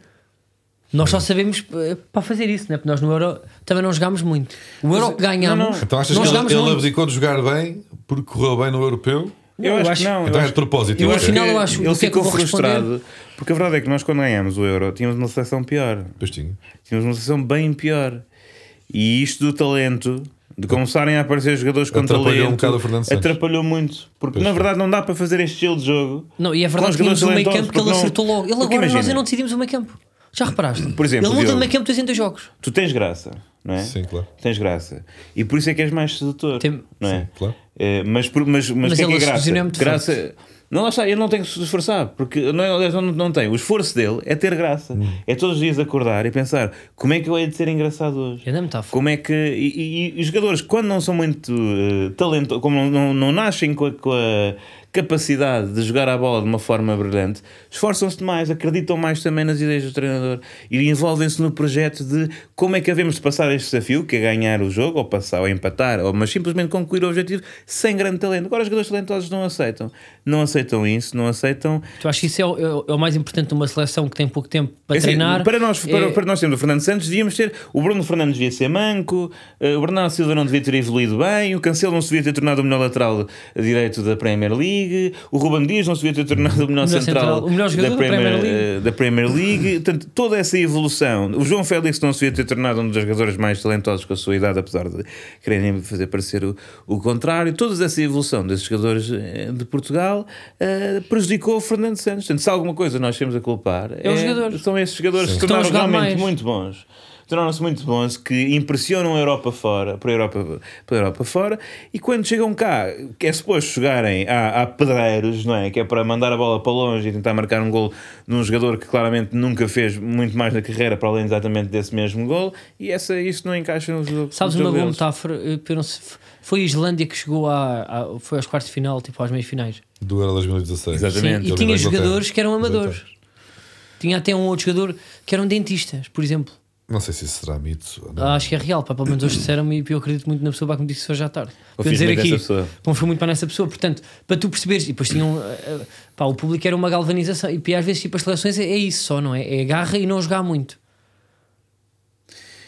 A: Nós só sabemos eh, para fazer isso, não é? Porque nós no euro também não jogámos muito. O
B: eh,
A: euro que ganhámos,
C: Então achas
A: não
C: que
A: jogámos
C: ele, ele
A: muito.
C: abdicou de jogar bem porque correu bem no europeu?
B: Eu, acho, que não. eu
C: Então é
B: acho-
C: de propósito.
A: eu
C: ok.
A: acho que Afinal, eu acho- o que é
B: ele
A: que eu
B: ficou
A: vou responder?
B: frustrado porque a verdade é que nós, quando ganhámos o Euro, tínhamos uma seleção pior.
C: Pois tinha.
B: Tínhamos uma seleção bem pior. E isto do talento, de começarem a aparecer jogadores com
C: Atrapalhou um
B: talento,
C: bocado o Fernando Santos.
B: atrapalhou muito. Porque
C: Pois
B: na
C: foi.
B: verdade não dá para fazer este estilo de jogo.
A: Não, e é
B: com
A: verdade que
B: jogadores
A: tínhamos um meio campo
B: talentosos,
A: que ele
B: porque não-
A: acertou logo. Ele
B: porque
A: agora nós
B: imagina,
A: ainda não decidimos o meio campo. Já reparaste?
B: Por exemplo,
A: ele muda de
B: Diogo.
A: meio campo 200 jogos.
B: Tu tens graça, não é?
C: Sim, claro.
B: Tens graça. E por isso é que és mais sedutor.
A: Tem-
B: Não é?
C: Sim, claro.
B: É, mas, por- mas, mas,
A: Mas
B: quem é que
A: ele
B: é graça?
A: seduziu-me muito
B: graça. Não, lá está, ele não tem que se esforçar, porque não, é- não, não tem. O esforço dele é ter graça.
C: Hum.
B: É todos os dias acordar e pensar como é que eu hei de ser engraçado hoje.
A: Ainda é metáfora.
B: Como é que. E, e- e os jogadores, quando não são muito eh, talentosos, como não, não, não nascem com a, com a capacidade de jogar a bola de uma forma brilhante, esforçam-se mais, acreditam mais também nas ideias do treinador e envolvem-se no projeto de como é que havemos de passar este desafio, que é ganhar o jogo, ou passar, ou empatar, ou, mas simplesmente concluir o objetivo sem grande talento. Agora, os jogadores talentosos não aceitam. Não aceitam isso, não aceitam.
A: Tu achas que isso é o, é o- é o mais importante numa seleção que tem pouco tempo para
B: É assim,
A: treinar?
B: para nós, para,
A: É-
B: para nós termos o Fernando Santos, devíamos ter. O Bruno Fernandes devia ser manco, eh, o Bernardo Silva não devia ter evoluído bem, o Cancelo não se devia ter tornado o melhor lateral direito da Premier League, o Ruben Dias não se devia ter tornado o melhor central,
A: central, o melhor jogador da Premier League.
B: eh, da Premier League. Portanto, toda essa evolução. O João Félix não se devia ter tornado um dos jogadores mais talentosos com a sua idade, apesar de quererem fazer parecer o, o contrário. Toda essa evolução desses jogadores eh, de Portugal eh, prejudicou o Fernando Santos. Portanto, se alguma coisa nós temos a culpar,
A: É os jogadores.
B: são esses jogadores que se
A: Que estão a
B: tornaram
A: jogar mais.
B: realmente muito bons. Tornaram-se muito bons, que impressionam a Europa fora, para a Europa, para a Europa fora, e quando chegam cá, que é suposto chegarem a, a pedreiros, não é? Que é para mandar a bola para longe e tentar marcar um gol de um jogador que claramente nunca fez muito mais na carreira, para além exatamente desse mesmo gol, e essa, isso não encaixa no jogo.
A: Sabes
B: no
A: uma
B: jogo
A: boa
B: deles.
A: metáfora? Eh, eu não sei, f- foi a Islândia que chegou à, à- foi aos quartos de final, tipo às meias finais.
C: Do Euro 2016.
A: Sim,
B: Exatamente.
A: e
C: Jogou
A: tinha
C: na Inglaterra.
A: jogadores que eram amadores.
C: Inglaterra.
A: Tinha até um outro jogador que eram dentistas, por exemplo.
C: Não sei se isso será mito ou não.
A: Ah, Acho que é real, pá, pelo menos hoje disseram-me e eu acredito muito na pessoa pá, que me disse isso hoje à tarde. Para
B: Confio
A: dizer
B: muito
A: aqui,
B: nessa pessoa.
A: confio muito para nessa pessoa. Portanto, para tu perceberes, e depois tinham eh, eh, pá, o público era uma galvanização, e pá, às vezes tipo, as seleções é, é isso só, não é? É garra e não jogar muito.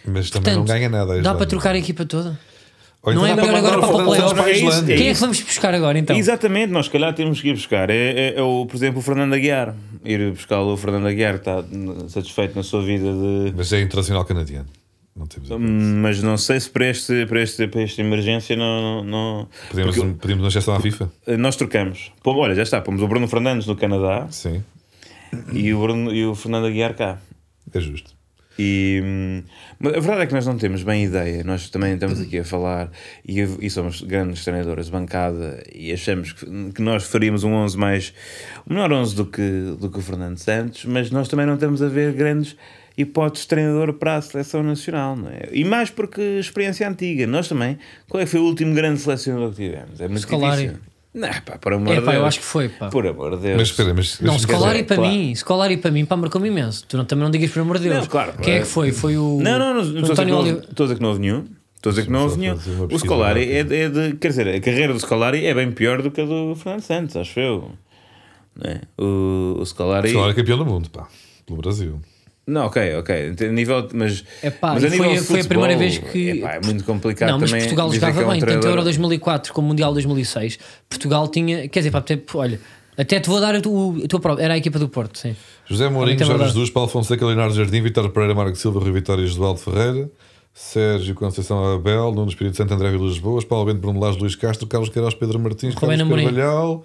C: Mas também não
A: Portanto,
C: ganha nada. a
A: Dá
C: Islândia.
A: para trocar a equipa toda?
C: Ou então
A: não é
C: dá
A: melhor
C: mandar
A: agora
C: o
A: para o
C: Fernando Santos
B: playoff?
C: para a
B: É isso, é
C: Islândia.
A: Quem é que vamos buscar agora então?
B: Exatamente, nós se calhar temos que ir buscar. É, é- é o, por exemplo, o Fernando Aguiar. Ir buscar o Fernando Aguiar, que está hum, satisfeito na sua vida de.
C: Mas é internacional canadiano. Não temos a-
B: Hum, Mas não sei se para, este, para, este, para esta emergência não. não, não...
C: Pedimos, um- pedimos uma exceção à FIFA.
B: Eh, Nós trocamos. Pô, olha, já está, pomos o Bruno Fernandes no Canadá
C: Sim,
B: e o, Bruno, e o Fernando Aguiar cá.
C: é justo.
B: E hum, mas a verdade é que nós não temos bem ideia. Nós também estamos aqui a falar e, e somos grandes treinadores de bancada e achamos que, que nós faríamos um 11 mais. um melhor 11 do que, do que o Fernando Santos, mas nós também não estamos a ver grandes hipóteses de treinador para a seleção nacional, não é? E mais porque experiência antiga. Nós também. Qual é que foi o último grande selecionador que tivemos? É muito
A: Scolari.
B: difícil. Não, pá, por
A: É
B: amor de
A: pá,
B: Deus.
A: eu acho que foi, pá.
B: Por amor de Deus.
C: Mas espera, mas.
A: Não,
C: mas-
A: Scolari para
B: claro.
A: mim, Scolari para mim, pá, marcou-me imenso. Tu não, também não digas, por amor de Deus.
B: Não, claro,
A: Quem é
B: é.
A: que foi? Foi o.
B: Não, não, não, não estou a dizer que
A: António
B: não houve-
A: Oliveira.
B: estou a dizer que não houve nenhum. Estou a dizer que não
C: só
B: houve nenhum.
C: fazer uma
B: O
C: pesquisa
B: Scolari é, é de. Quer dizer, a carreira do Scolari é bem pior do que a do Fernando Santos, acho eu. Não é? O, o Scolari.
C: Scolari é campeão do mundo, pá. Pelo Brasil.
B: Não, ok, ok. Ent- A nível, de- mas,
A: Epá,
B: mas a
A: e foi-
B: nível de
A: foi a primeira
B: futebol,
A: vez que-
B: epá, é muito complicado
A: Não, mas
B: também
A: Portugal
B: dizer que
A: jogava
B: é um
A: bem, tanto
B: treinador-
A: Euro 2004 como Mundial 2006. Portugal tinha. Quer dizer, pá, até- olha, até te vou dar a, tu, a tua prova. Era a equipa do Porto, sim.
C: José Mourinho,
A: Também tem
C: Jorge
A: verdade.
C: Jesus, Paulo Fonseca, Leonardo Jardim, Vitor Pereira, Marco Silva, Rui Vitória, Eduardo Ferreira, Sérgio Conceição Abel, Nuno Espírito Santo, André Vilas Boas, Paulo Bento Bruno Lage, Luís Castro, Carlos Queiroz, Pedro Martins,
A: Rubén
C: Carlos
A: Amorim.
C: Carvalhal,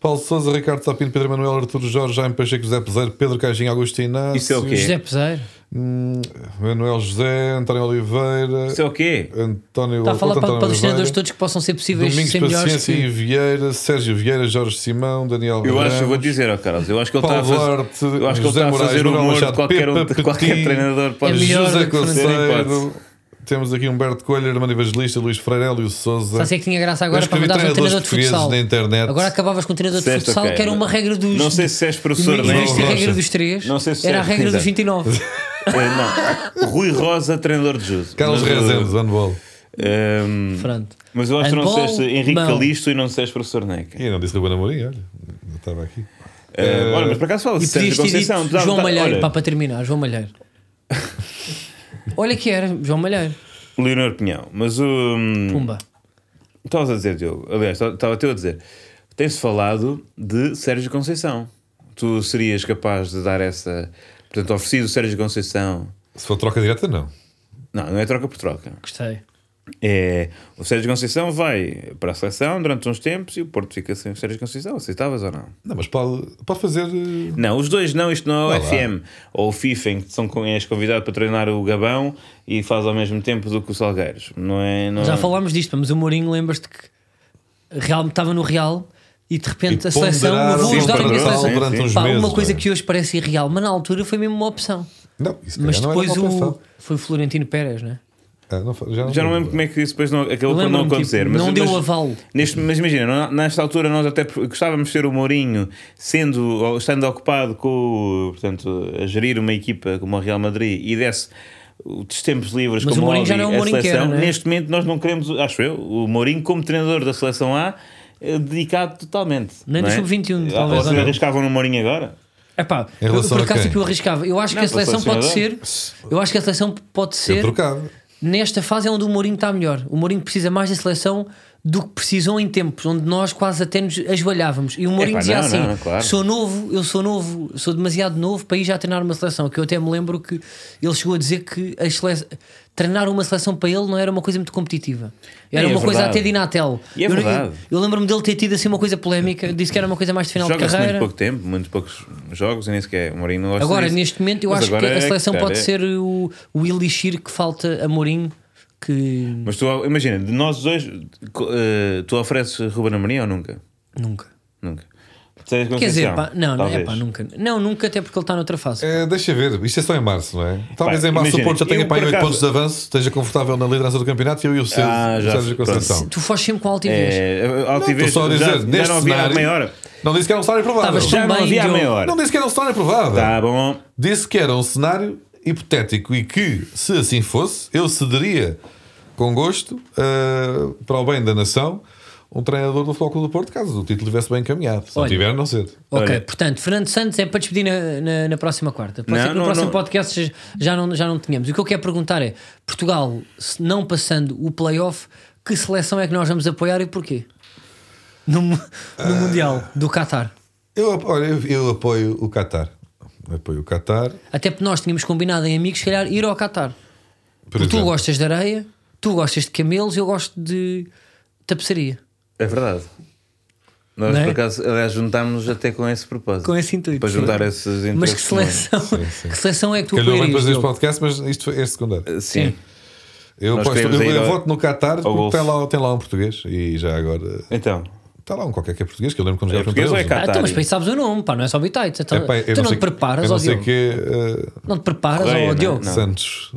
C: Paulo Souza, Ricardo Sapinto, Pedro Manuel, Arturo Jorge, Jaime Pacheco, José Peseiro, Pedro Caixinha, Augusto Inácio,
B: Isso é o quê?
A: José Peseiro.
C: hum, Manuel José, António Oliveira,
B: Isso é o quê?
C: António
A: Está Tá a falar
C: outro
A: para
C: António
A: patrocinadores
C: Oliveira,
A: todos que possam ser possíveis
C: Domingos
A: sem melhores
C: Paciência e
A: que...
C: Vieira, Sérgio Vieira, Jorge Simão, Daniel
B: Eu acho, eu vou
C: Ramos,
B: te dizer, ó Carlos, eu acho que ele está a
C: Paulo
B: fazer,
C: Duarte,
B: eu acho que ele
C: José
B: está a
C: Moraes,
B: fazer
C: Manuel
B: humor de
C: Machado,
B: qualquer, um,
C: Pepe
B: de qualquer
C: Petit,
B: treinador. Pode
A: É melhor
C: José
A: do que Fernando
B: Santos.
C: Conceiro, temos aqui Humberto Coelho, Armando Evangelista, Luís Freire, Hélio Souza.
A: Sabe se é que tinha graça
C: Eu
A: agora para
C: escrevi
A: mandar um
C: treinadores
A: treinador de
C: portugueses
A: futsal?
C: na internet.
A: Agora acabavas com um treinador de
B: Certo,
A: futsal
B: ok.
A: que era uma regra dos.
B: Não sei se és professor,
A: Em
B: não é?
A: vez de
C: Rocha.
A: a regra dos 3,
B: Não sei se
A: era a
B: é,
A: regra dos
B: exato.
A: 29.
B: Eh, não. Rui Rosa, treinador de judo.
C: Carlos
B: Mas, eh,
C: Rezende, handball.
B: ehm,
A: Pronto.
B: mas eu acho que não
A: Handball,
B: disseste Henrique
A: mão.
B: Calixto e não disseste professor Neca.
C: E não disse Ruben Amorim, olha, não estava aqui.
B: Eh, olha, mas por acaso fala
A: E
B: de
A: podias
B: Sérgio
A: ter dito
B: Conceição. apesar de-
A: João Malheiro,
B: olha,
A: pá, para terminar, João Malheiro. Olha que era, João Malheiro.
B: Leonor Pinhão. Mas o. hum,
A: Pumba.
B: Estavas a dizer, Diogo, aliás, estava até eu a dizer, tem-se falado de Sérgio Conceição. Tu serias capaz de dar essa. Portanto, oferecido o Sérgio Conceição.
C: Se for troca direta, não.
B: Não, não é troca por troca.
A: Gostei.
B: É, o Sérgio Conceição vai para a seleção durante uns tempos e o Porto fica sem o Sérgio Conceição. Aceitavas ou não?
C: Não, mas pode, pode fazer. eh,
B: Não, os dois não, isto não é
C: Vá
B: o
C: lá.
B: FM ou o FIFA em que são, con- és convidado para treinar o Gabão e faz ao mesmo tempo do que o Salgueiros. Não é, não
A: Já
B: é-
A: falámos disto, mas o Mourinho, lembras-te que Real, estava no Real e de repente
C: E
A: a seleção.
C: ponderaram
A: Eu vou
B: sim,
A: ajudar a minha
B: ponderaram
A: seleção.
B: durante
A: Pá,
C: uns
A: uma
C: meses,
A: coisa
C: não é?
A: que hoje parece irreal, mas na altura foi mesmo uma opção.
C: Não, isso
A: Mas depois
C: não era
A: o.
C: o...
A: Foi o Florentino Pérez, né?
C: ah, não, fa- já não,
B: Já não lembro como é que isso depois não, acabou por não
A: Lembro-me, tipo,
B: acontecer. mas,
A: não deu
B: mas,
A: aval.
B: Neste, mas imagina, não- nesta altura nós até gostávamos de ter o Mourinho sendo, ou estando ocupado com o- portanto, a gerir uma equipa como a Real Madrid e desse os tempos livres
A: Mas
B: como
A: o Mourinho já
B: hobby
A: não é o
B: à
A: Mourinho que
B: seleção.
A: era, não é?
B: Neste momento nós não queremos, acho eu, o Mourinho como treinador da seleção A eh, dedicado totalmente.
A: Nem
B: não
A: do
B: é?
A: sub-21,
B: Ah,
A: talvez, ou
B: Vocês
A: não?
B: arriscavam no Mourinho agora?
A: Epá,
C: Em
A: eu,
C: relação
A: por
C: a
A: acaso
C: quem?
A: tipo, eu arriscava. Eu acho
B: Não,
A: que a
B: para o
A: seleção pode ser.
B: selecionador.
A: Eu acho que a seleção pode
C: Eu
A: ser.
C: trocava.
A: Nesta fase é onde o Mourinho está melhor. O Mourinho precisa mais da seleção do que precisou em tempos, onde nós quase até nos ajoelhávamos. E o Mourinho
B: Epá,
A: dizia
B: não,
A: assim:
B: não, claro.
A: sou novo, eu sou novo, sou demasiado novo para ir já treinar uma seleção. Que eu até me lembro que ele chegou a dizer que a sele- treinar uma seleção para ele não era uma coisa muito competitiva. Era
B: É, é
A: uma coisa
B: verdade.
A: até de Inatel.
B: E é
A: eu
B: verdade.
A: eu, eu lembro-me dele ter tido assim uma coisa polémica, disse que era uma coisa mais de final de
B: Joga-se muito
A: carreira.
B: pouco tempo, muito poucos jogos e nem sequer o Mourinho não gosta
A: Agora,
B: disso.
A: neste momento, eu
B: Mas
A: acho que
B: agora
A: a
B: é
A: seleção
B: cara,
A: pode
B: é-
A: ser o, o elixir que falta a Mourinho. Que
B: Mas tu imagina, de nós dois, co- eh, tu ofereces Ruben Amorim ou nunca?
A: nunca.
B: Nunca. Sérgio
A: Quer dizer,
B: Conceição,
A: pá, não, não é
B: um. talvez.
A: pá, nunca. Não, nunca, até porque ele está noutra fase.
C: É, deixa ver, isto é só em março, não é? Talvez
B: Pá,
C: em março
B: imagina,
C: o Porto já tenha
B: eu,
C: para aí
B: por
C: 8
B: acaso-
C: pontos de avanço, esteja confortável na liderança do campeonato e eu e o Sérgio,
B: Ah, já
C: Sérgio
B: foi, pronto.
C: Conceição.
A: Tu foste sempre com altivez.
B: É, altivez,
C: Estou só a dizer,
B: já,
C: neste
B: já não havia
C: cenário,
B: à meia hora.
C: Não disse que era um cenário provável.
A: Estavas
B: Já não
A: Também,
B: havia à
A: Diogo.
B: meia hora.
C: Não disse que era um cenário provável.
B: Tá bom.
C: Disse que era um cenário hipotético e que, se assim fosse, eu cederia com gosto ah, para o bem da nação um treinador do Futebol Clube do Porto, caso o título estivesse bem encaminhado. Se não
A: Olha.
C: tiver, não cedo.
A: ok,
B: olha.
A: portanto, Fernando Santos é para despedir na, na, na próxima quarta. Pode
B: Não,
A: ser que no
B: não,
A: próximo
B: não.
A: podcast já- já não, já não tenhamos. O que eu quero perguntar é: Portugal, se não passando o playoff, que seleção é que nós vamos apoiar e porquê? No, mu- no Mundial do Qatar.
C: Eu, apo- olha, eu, eu apoio o Qatar. Apoio o Qatar.
A: Até porque nós tínhamos combinado em amigos, se calhar, ir ao Qatar.
C: Por
A: porque tu
C: exemplo.
A: gostas de areia, tu gostas de camelos, eu gosto de tapeçaria.
B: É verdade. Nós,
A: Não é?
B: por acaso, aliás, juntámos-nos até com esse propósito.
A: Com esse intuito,
B: Para
A: sim.
B: juntar esses interesses.
A: Mas que seleção,
C: Sim, sim.
A: que seleção é que tu
C: Calhou bem
A: apoiarias?
C: fazer este
A: Diogo?
C: podcast, mas isto foi- é secundário.
B: humanos. Eh, Sim.
A: Sim.
C: Eu,
B: Nós
C: aposto-
B: queremos
C: eu-
B: ir
C: eu
B: ao-
C: voto no Qatar porque
B: golfe.
C: tem lá, tem lá um português e já agora
B: Então,
C: está lá um qualquer que é português, que eu lembro quando
B: É
C: jogava
B: português ou é
A: Ah,
B: Qatar?
A: então, mas para isso sabes o nome, pá, não é só Bitites. Então,
C: Epá, eu
A: tu não,
C: sei-
A: te preparas,
C: eu não
A: ó
C: sei
A: Diogo.
C: que eh,
A: Não te preparas,
B: Correia,
A: ó
B: não é?
A: Diogo.
B: Não.
C: Santos,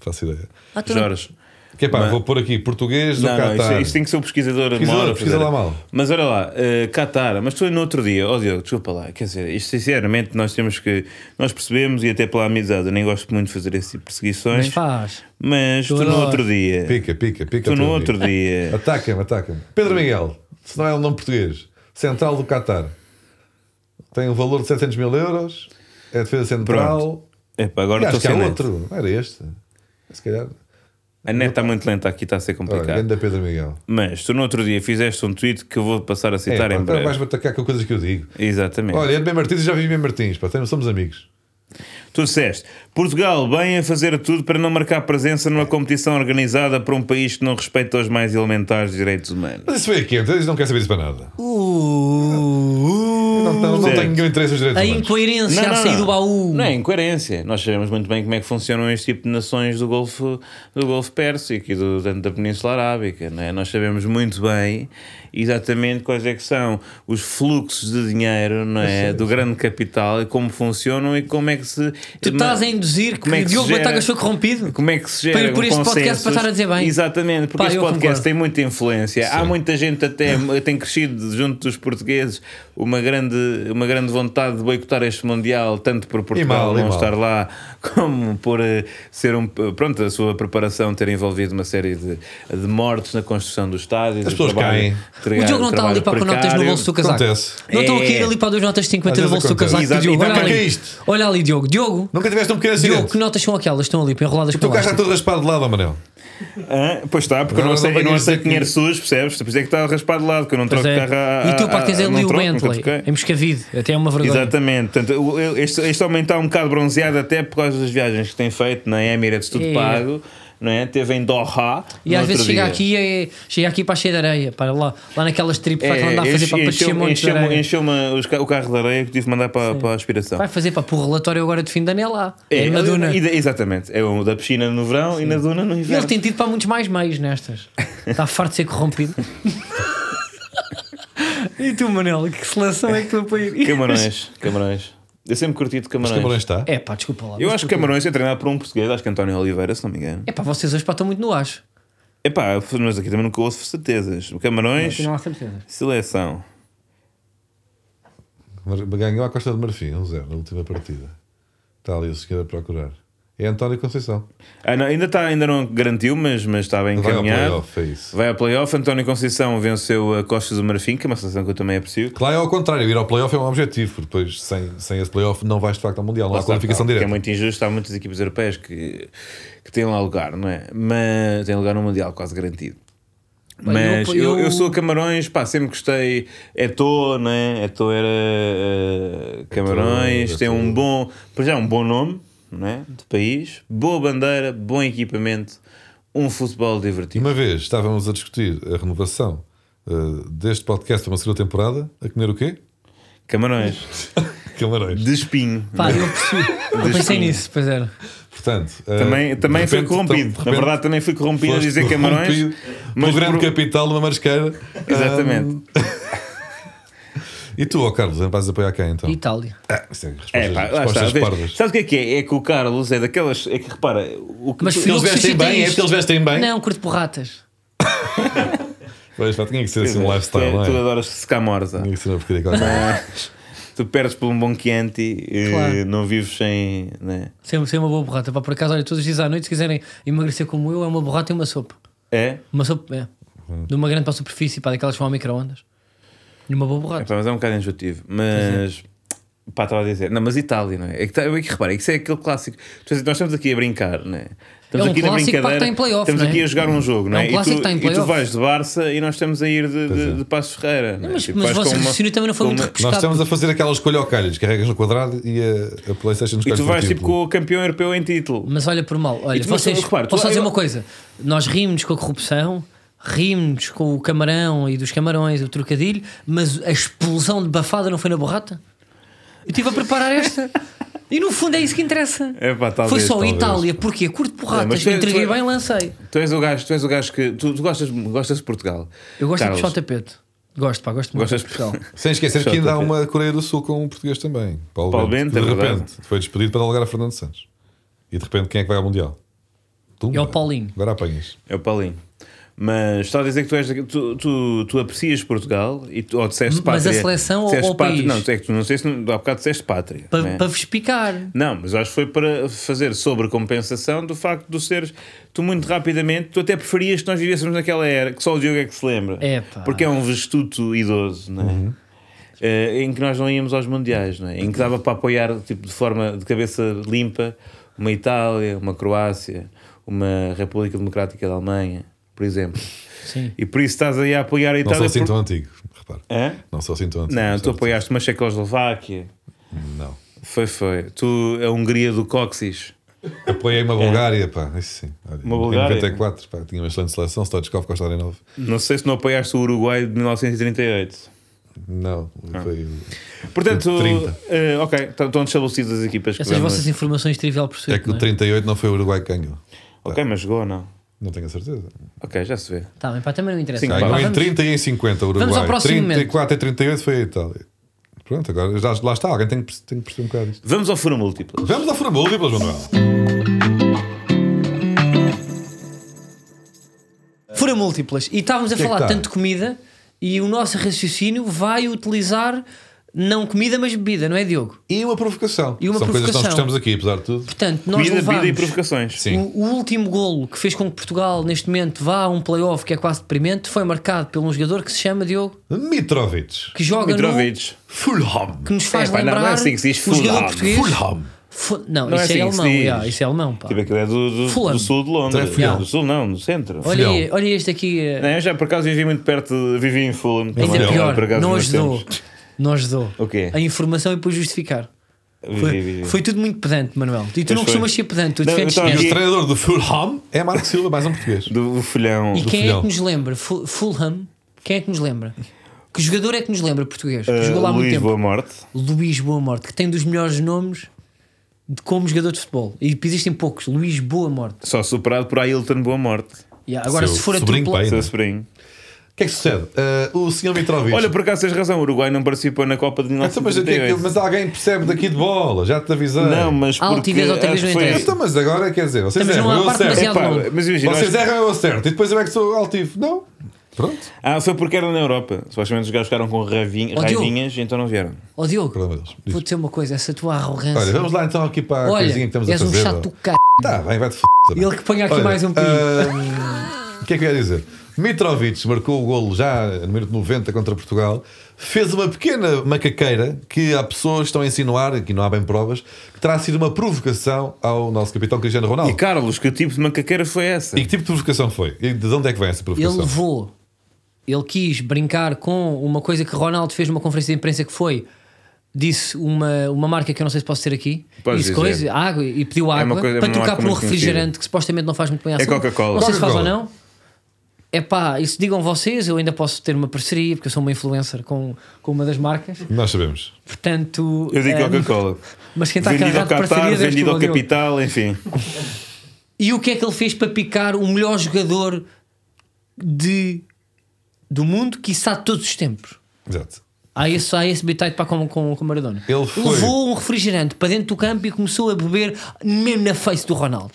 C: faço ideia.
A: Ah, tu não-
B: Jorge.
C: Que é pá,
B: Mas-
C: vou pôr aqui português do
B: Não, não,
C: Qatar.
B: isto, isto tem que ser o pesquisador
C: Pesquisador,
B: mora a
C: pesquisa
B: fazer.
C: lá mal.
B: Mas olha lá, eh, Qatar, mas tu no outro dia, ó Diogo, desculpa lá, quer dizer, isto sinceramente nós temos que, nós percebemos e até pela amizade, eu nem gosto muito de fazer esse tipo de perseguições,
A: Mas
B: mas,
A: faz.
B: tu
A: adoro.
B: no outro dia,
C: Pica, pica, pica.
B: tu no
C: teu
B: outro
C: amigo.
B: dia,
C: Ataca-me, ataca-me. Pedro Miguel, se não é um nome português, central do Qatar. Tem um valor de 700 mil euros, é defesa central.
B: epá,
C: E
B: agora
C: acho
B: estou
C: que há
B: sem net.
C: outro, não era este. Se calhar.
B: A net está muito lenta aqui, está a ser
C: Olha,
B: complicado.
C: grande Pedro Miguel.
B: mas tu no outro dia fizeste um tweet que eu vou passar a
C: É,
B: citar
C: pá,
B: em
C: agora
B: breve. É.
C: vais-me atacar com coisas que eu digo.
B: Exatamente.
C: Olha, Edmé Martins, eu já vi Edmé Martins, pá, também somos amigos.
B: Tu disseste, Portugal bem a fazer tudo para não marcar presença numa competição organizada por um país que não respeita os mais elementares direitos humanos.
C: Mas isso foi quente, eles não querem saber disso para nada.
A: Uh,
C: Não, não, não
B: Certo.
C: tenho nenhum interesse nos direitos
A: a
C: humanos.
A: incoerência a sair do baú.
B: Uh, Não é incoerência. Nós sabemos muito bem como é que funcionam este tipo de nações do Golfo, do Golfo Pérsico e do, da, da Península Arábica. Não é? Nós sabemos muito bem exatamente quais é que são os fluxos de dinheiro não é? do grande capital e como funcionam e como é que se.
A: Tu estás a induzir que
B: Como é que se
A: Diogo
B: gera-
A: Batagas foi corrompido?
B: Como é que se gera
A: Para- por
B: um
A: este podcast
B: consensos?
A: para estar a dizer bem.
B: Exatamente, porque
A: Pá,
B: este
A: eu
B: podcast
A: concordo.
B: tem muita influência. Há muita gente até tem crescido junto dos portugueses uma grande, uma grande vontade de boicotar este mundial, tanto por Portugal
C: mal, e
B: não
C: mal.
B: estar lá, como por eh, ser um pronto a sua preparação ter envolvido uma série de, de mortes na construção dos estádios.
C: As
B: do
C: pessoas
B: trabalho-
C: caem.
B: trabalho-
A: O Diogo não está ali para pôr
B: precário.
A: notas no bolso do casaco.
C: Acontece.
A: Não estão a
B: É.
A: cair ali para duas notas de 50
C: Às
A: no
C: vezes
A: bolso do
C: acontece.
A: casaco do
B: Exato.
A: Diogo.
B: Então,
A: Olha
B: para
A: ali.
C: que é isto?
A: Olha ali, Diogo. Diogo,
C: Nunca tiveste um pequeno
A: Diogo, que
C: acidente.
A: notas são aquelas? Estão ali para enroladas
C: O teu
A: com
C: carro está
A: elas.
C: todo raspado de lado, Amanel.
B: Hã? Pois está, porque eu
C: Agora
B: não sei,
C: não
B: eu não
C: venhas
B: sei
C: dizer
B: dinheiro
C: que-
B: sujo, percebes? Por isso é que está raspado de lado, que eu não
A: Pois
B: troco
A: é.
B: carro. a-
A: E tu, pá, que tens
B: a-
A: ali
B: não
A: o
B: troco, nunca
A: Bentley,
B: troquei.
A: em Moscavide. Até é uma vergonha.
B: Exatamente, portanto, o- eu- este, este homem está um bocado bronzeado até por causa das viagens que tem feito na Emirates, tudo
A: É.
B: pago, não é? Teve em Doha.
A: E
B: no
A: às vezes
B: outro
A: chega
B: dia.
A: aqui, é, chega aqui para cheio de areia, para lá, lá naquelas tripes
B: É,
A: vai que andar a fazer
B: enche-
A: para
B: encheu-
A: descer montes de
B: encheu-
A: areia.
B: Encheu-me os ca- o carro de areia que tive de mandar para, para a aspiração.
A: Vai fazer para o relatório agora de fim de ano é lá. É, na
B: ali-
A: Duna.
B: e da- exatamente, é o da piscina no verão e na duna no
A: E
B: inverno.
A: ele tem tido para muitos mais meios nestas. Está farto de ser corrompido. e tu, Manel, que seleção é que tu apoias?
B: Camarões, camarões. Eu sempre curti de camarões.
C: Camarões está.
A: É pá, desculpa lá.
B: Eu acho que Camarões é treinado por um português, acho que António Oliveira, se não me engano.
A: É pá, vocês hoje pá, estão muito no acho.
B: Epá, mas aqui também nunca ouço certezas. O Camarões,
A: Não há certeza.
B: seleção.
C: Mar- Ganhou a Costa de Marfim, 1-0, na última partida. Está ali o senhor a procurar. É António Conceição.
B: Ah, não, ainda, tá, ainda não garantiu, mas, mas está bem
C: Vai ao
B: encaminhado.
C: playoff, é isso.
B: Vai ao playoff. António Conceição venceu a Costa do Marfim, que é uma seleção que eu também aprecio.
C: Que lá é ao contrário, ir ao playoff é um objetivo, porque depois sem, sem esse playoff não vais de facto ao Mundial, não há qualificação
B: Que
C: direta.
B: é muito injusto, há muitas equipes europeias que, que têm lá lugar, não é? Mas têm lugar no Mundial, quase garantido.
A: Bem,
B: Mas
A: eu-
B: eu, eu,
A: eu-
B: sou Camarões, pá, sempre gostei. Eto, não é? Eto era
C: É
B: eh, Camarões,
C: Eto'o,
B: tem um
C: Eto'o.
B: bom, por já, um bom nome, não é? De país, boa bandeira, bom equipamento, um futebol divertido.
C: Uma vez estávamos a discutir a renovação eh, deste podcast para uma segunda temporada, a comer o quê?
B: Camarões.
C: Camarões.
B: De espinho.
A: Pá, eu percebi. Eu pensei
B: Destino.
A: nisso, pois era.
C: Portanto, eh,
B: Também, também
C: de
B: fui
C: repente, então,
B: corrompido.
C: de repente,
B: Na verdade, também fui corrompido a
C: foste
B: dizer camarões.
C: corrompido
B: Mas
C: pelo grande
B: por-
C: capital de uma marisqueira.
B: Exatamente.
C: Ah, e tu, ó Carlos, vais apoiar quem então?
A: Itália.
C: Ah, isso é respostas,
B: É, pá, lá está.
C: respostas
B: Vês-
C: parvas.
B: Sabes o que é que é? É que o Carlos é daquelas. É que repara, o que
A: Mas
B: tu-
A: fui eu
C: eles
A: que
C: vestem
A: suscitei
C: bem, é
A: isto.
C: porque eles vestem bem.
A: Não, curto porratas.
C: Pois, pá, tinha que ser
B: tu-
C: assim um lifestyle,
B: tu,
C: não
B: tu
C: é?
B: adoras secar morza.
C: Tinha que ser uma porcaria qualquer.
B: Mas tu perdes por um bom Chianti eh,
A: Claro.
B: não vives sem. Né?
A: Sem, sem uma boa borrata. Para por acaso, olha, todos os dias à noite, se quiserem emagrecer como eu, é uma borrata e uma sopa.
B: É?
A: Uma sopa, é.
B: Uhum.
A: De uma grande para a superfície, para daquelas que vão ao micro-ondas. E uma boa
B: É,
A: borrata.
B: pá, mas é um bocado enjoativo. Mas. Pá, estava a dizer. Não, mas Itália, não é? É que, tá- é que repara, é que isso é aquele clássico. Tu sabes, Nós estamos aqui a brincar, não é? Estamos
A: É um
B: aqui
A: clássico, pá, que está em playoff,
B: estamos
A: não é?
B: aqui a jogar um jogo, não
A: É um
B: é?
A: clássico que
B: e, tu,
A: está em
B: e tu
A: playoff.
B: vais de Barça e nós estamos a ir de, de,
C: é.
B: de Passos Ferreira. não é?
A: Mas,
B: Tipo,
A: mas o
B: vais
A: vosso
B: com uma-
A: raciocínio também não foi
B: com
A: muito
B: uma-
A: repostado.
C: Nós estamos a fazer aquela escolha ao calhas, carregas no quadrado e a, a PlayStation
B: E
C: escolhe
B: tu
C: pelo
B: vais tipo
C: título.
B: com o campeão europeu em título.
A: Mas olha por mal, olha,
B: tu, mas,
A: vocês,
B: repara, tu-
A: posso só dizer
B: eu-
A: uma coisa? Nós rimos com a corrupção, rimos com o camarão e dos camarões, o trocadilho, mas a explosão de bafada não foi na borrata? Eu estive a preparar esta. E no fundo é isso que interessa.
B: Epá, talvez,
A: foi só
B: talvez.
A: Itália, porque curto
B: É, mas
A: porratas,
B: tu-
A: entreguei
B: tu-
A: bem, lancei.
B: Tu és o gajo, tu és o gajo que. Tu, tu gostas, gostas de Portugal.
A: Eu gosto
B: Carlos,
A: de puxar o tapete. Gosto, pá, gosto muito
B: Gostas
A: de Portugal.
C: Sem esquecer
B: Só
C: que ainda há
B: toca.
C: uma Coreia do Sul com um português também. Paulo,
B: Paulo
C: Bento.
B: Bento, é
C: de repente,
B: verdade.
C: foi despedido para dar lugar a Fernando Santos. E de repente, quem é que vai ao Mundial? Tumba.
A: É o Paulinho.
C: Agora apanhas.
B: É o Paulinho. Mas está a dizer que tu és daqui- tu, tu, tu aprecias Portugal e tu, ou disseste
A: Mas
B: pátria.
A: a seleção ou-
B: disseste
A: ou o
B: pátria,
A: país?
B: Não, é que tu não sei se não- há bocado disseste pátria.
A: Para
B: né?
A: para vos picar.
B: Não, mas acho que foi para fazer sobrecompensação do facto de seres tu muito rapidamente, tu até preferias que nós vivêssemos naquela era, que só o Diogo é que se lembra.
A: Epá.
B: Porque é um vestuto idoso, não é?
C: Uhum.
B: Eh, em que nós não íamos aos mundiais, não é? Em que dava para apoiar tipo de forma de cabeça limpa uma Itália, uma Croácia, uma República Democrática da Alemanha, por exemplo.
A: Sim.
B: E por isso estás aí a apoiar a
C: Não
B: Itália.
C: sou assim
B: por-
C: tão antigo, repara.
B: Hã?
C: Não sou assim tão antigo.
B: Então, Não,
C: certo?
B: tu apoiaste uma Checoslováquia.
C: Não.
B: Foi, foi. Tu, a Hungria do Coxis.
C: Apoiei uma Bulgária, pá. Isso sim. Olha,
B: É. Uma Bulgária.
C: Em 94, pá. Tinha uma excelente seleção. Stoichkov, Costa Arenov.
B: Não sei se não apoiaste o Uruguai de 1938.
C: Não,
B: Ah.
C: foi...
B: Portanto,
C: 30.
B: eh, ok, estão estão estabelecidas as equipas que
A: Essas
B: vamos-
A: vossas informações trivial por
C: É
A: ser.
C: que o 38 não foi o Uruguai que ganhou.
B: Ok, mas jogou ou não?
C: Não tenho a certeza.
B: Ok, já se vê.
A: Tá bem, pá, também não interessa.
B: Sim,
A: Pá,
B: pá,
C: Ganhou em
A: vamos-
C: 30 e em 50 o Uruguai.
A: ao próximo
C: 34 e 38 foi a Itália. Pronto, agora já, lá está. Alguém tem que, perce- tem que perceber um bocado isto.
B: Vamos ao furo múltiplo.
C: Vamos à fura múltipla, João Manuel.
A: Fura múltiplas. E estávamos a
C: que é que
A: falar
C: tá?
A: tanto de comida e o nosso raciocínio vai utilizar não comida, mas bebida, não é, Diogo?
C: E uma provocação.
A: E uma
C: São coisas que
A: provocação.
C: nós gostamos aqui, apesar de tudo.
A: Portanto, nós
B: Comida,
A: levamos
B: bebida e provocações.
C: Sim.
A: O, o último golo que fez com que Portugal, neste momento, vá a um playoff que é quase deprimente, foi marcado por um jogador que se chama Diogo,
C: Mitrovic.
A: que joga no...
B: Mitrovic.
C: Fulham.
A: Que é nos faz
B: É, pá, não,
A: lembrar
B: não é assim que se diz
A: o jogador
B: Fulham.
A: português...
C: Fulham.
A: Fu- Não,
B: Não é
A: isso é,
B: assim que se
A: alemão,
B: diz.
A: yeah, isso é alemão, pá.
B: Tipo, aquilo é do, do-
A: Fulham.
B: do sul de Londres.
C: É Fulham.
B: Não, do sul não, do centro.
A: Olha,
C: Fulham.
A: olha este aqui... eh,
B: Não, eu já por acaso vivi muito perto, de- vivi em Fulham.
A: Ainda
B: também, por
A: é pior,
B: acaso,
A: não
B: nos
A: ajudou.
B: tempos.
A: Não ajudou.
B: O quê?
A: A informação e depois justificar.
B: Vivi,
A: Foi,
B: vivi.
A: foi tudo muito pedante, Manuel. E tu
B: Pois
A: não costumas
B: foi.
A: ser pedante, tu
B: Não, então, eu
A: defendes
B: estava
C: E
A: sempre.
C: o treinador do Fulham é Marco Silva, mais um português.
B: Do, do Fulhão.
A: E quem é
C: Fulham.
A: que nos lembra? Fu- Fulham? Quem é que nos lembra? Que jogador é que nos lembra português? Que
B: Eh,
A: jogou lá há muito
B: Luís
A: tempo.
B: Boa Morte.
A: Luís Boa Morte, que tem dos melhores nomes de como jogador de futebol. E existem poucos. Luís Boa Morte.
B: Só superado por Ailton Boa Morte.
A: Yeah, agora,
C: Seu
A: se for
C: sobrinho
A: atropelado.
B: Seu
C: pai.
B: sobrinho.
C: O que é que sucede? Ah, o senhor Mitrovic.
B: Olha, por acaso tens razão, o Uruguai não participou na Copa de
C: Então, mas, o que é que-
B: 1938.
C: mas alguém percebe daqui de bola, já te avisei.
B: Não, mas
A: Ah,
B: porque
A: altivez, altivez,
B: acho que
A: não
B: foi-
A: interessa.
C: Então, mas agora quer dizer, vocês
A: Estamos numa
C: erram, eu
A: parte
C: acerto.
A: demasiado-
B: Epá,
A: longa.
B: mas imagina,
C: Vocês
B: nós-
C: erram, eu acerto. E depois eu é que sou altivo. Não. Pronto.
B: Ah, foi porque era na Europa. Supostamente os gajos ficaram com raivin-
A: Ó, Oh, Diogo.
B: raivinhas, então não vieram.
A: Ó Oh, Diogo,
C: Pelo amor de Deus. Diz.
A: vou-te dizer uma coisa, essa tua
C: Olha,
A: arrogância.
C: vamos lá então aqui para a
A: Olha,
C: coisinha que estamos a
A: és um
C: fazer.
A: chato do c.
C: Tá, bem, vai-te f. também.
A: Ele que põe aqui mais um pico.
C: ahm, O que é que eu ia dizer? Mitrovic marcou o golo já no minuto 90 contra Portugal. Fez uma pequena macaqueira que há pessoas que estão a insinuar, aqui não há bem provas, que terá sido uma provocação ao nosso capitão Cristiano Ronaldo.
B: E Carlos, que tipo de macaqueira foi essa?
C: E que tipo de provocação foi? E de onde é que vem essa
A: Ele
C: provocação?
A: levou, ele quis brincar com uma coisa que Ronaldo fez numa conferência de imprensa que foi. Disse uma, uma marca que eu não sei se posso ter aqui,
B: Podes
A: disse
B: dizer.
A: coisa, água, e pediu
B: uma
A: água
B: coisa- é
A: para
B: uma
A: trocar
B: marca
A: por um
B: muito
A: refrigerante
B: conhecida.
A: que supostamente não faz muito bem à
B: É
A: saúde.
B: Coca-Cola.
A: Não sei se faz ou
C: Coca-Cola.
A: não. É pá, isso digam vocês, eu ainda posso ter uma parceria porque eu sou uma influencer com, com uma das marcas.
C: Nós sabemos.
A: Portanto,
B: Eu digo
A: ehm,
B: Coca-Cola.
A: mas quem está
B: Vendido ao
A: carregado de
B: Qatar,
A: parceria
B: vendido ao Capital, enfim.
A: E o que é que ele fez para picar o melhor jogador de, do mundo, quiçá de todos os tempos?
C: Exato.
A: Há esse, há esse bitite para com, com, com Maradona.
C: Ele foi-
A: Levou um refrigerante para dentro do campo e começou a beber mesmo na face do Ronaldo.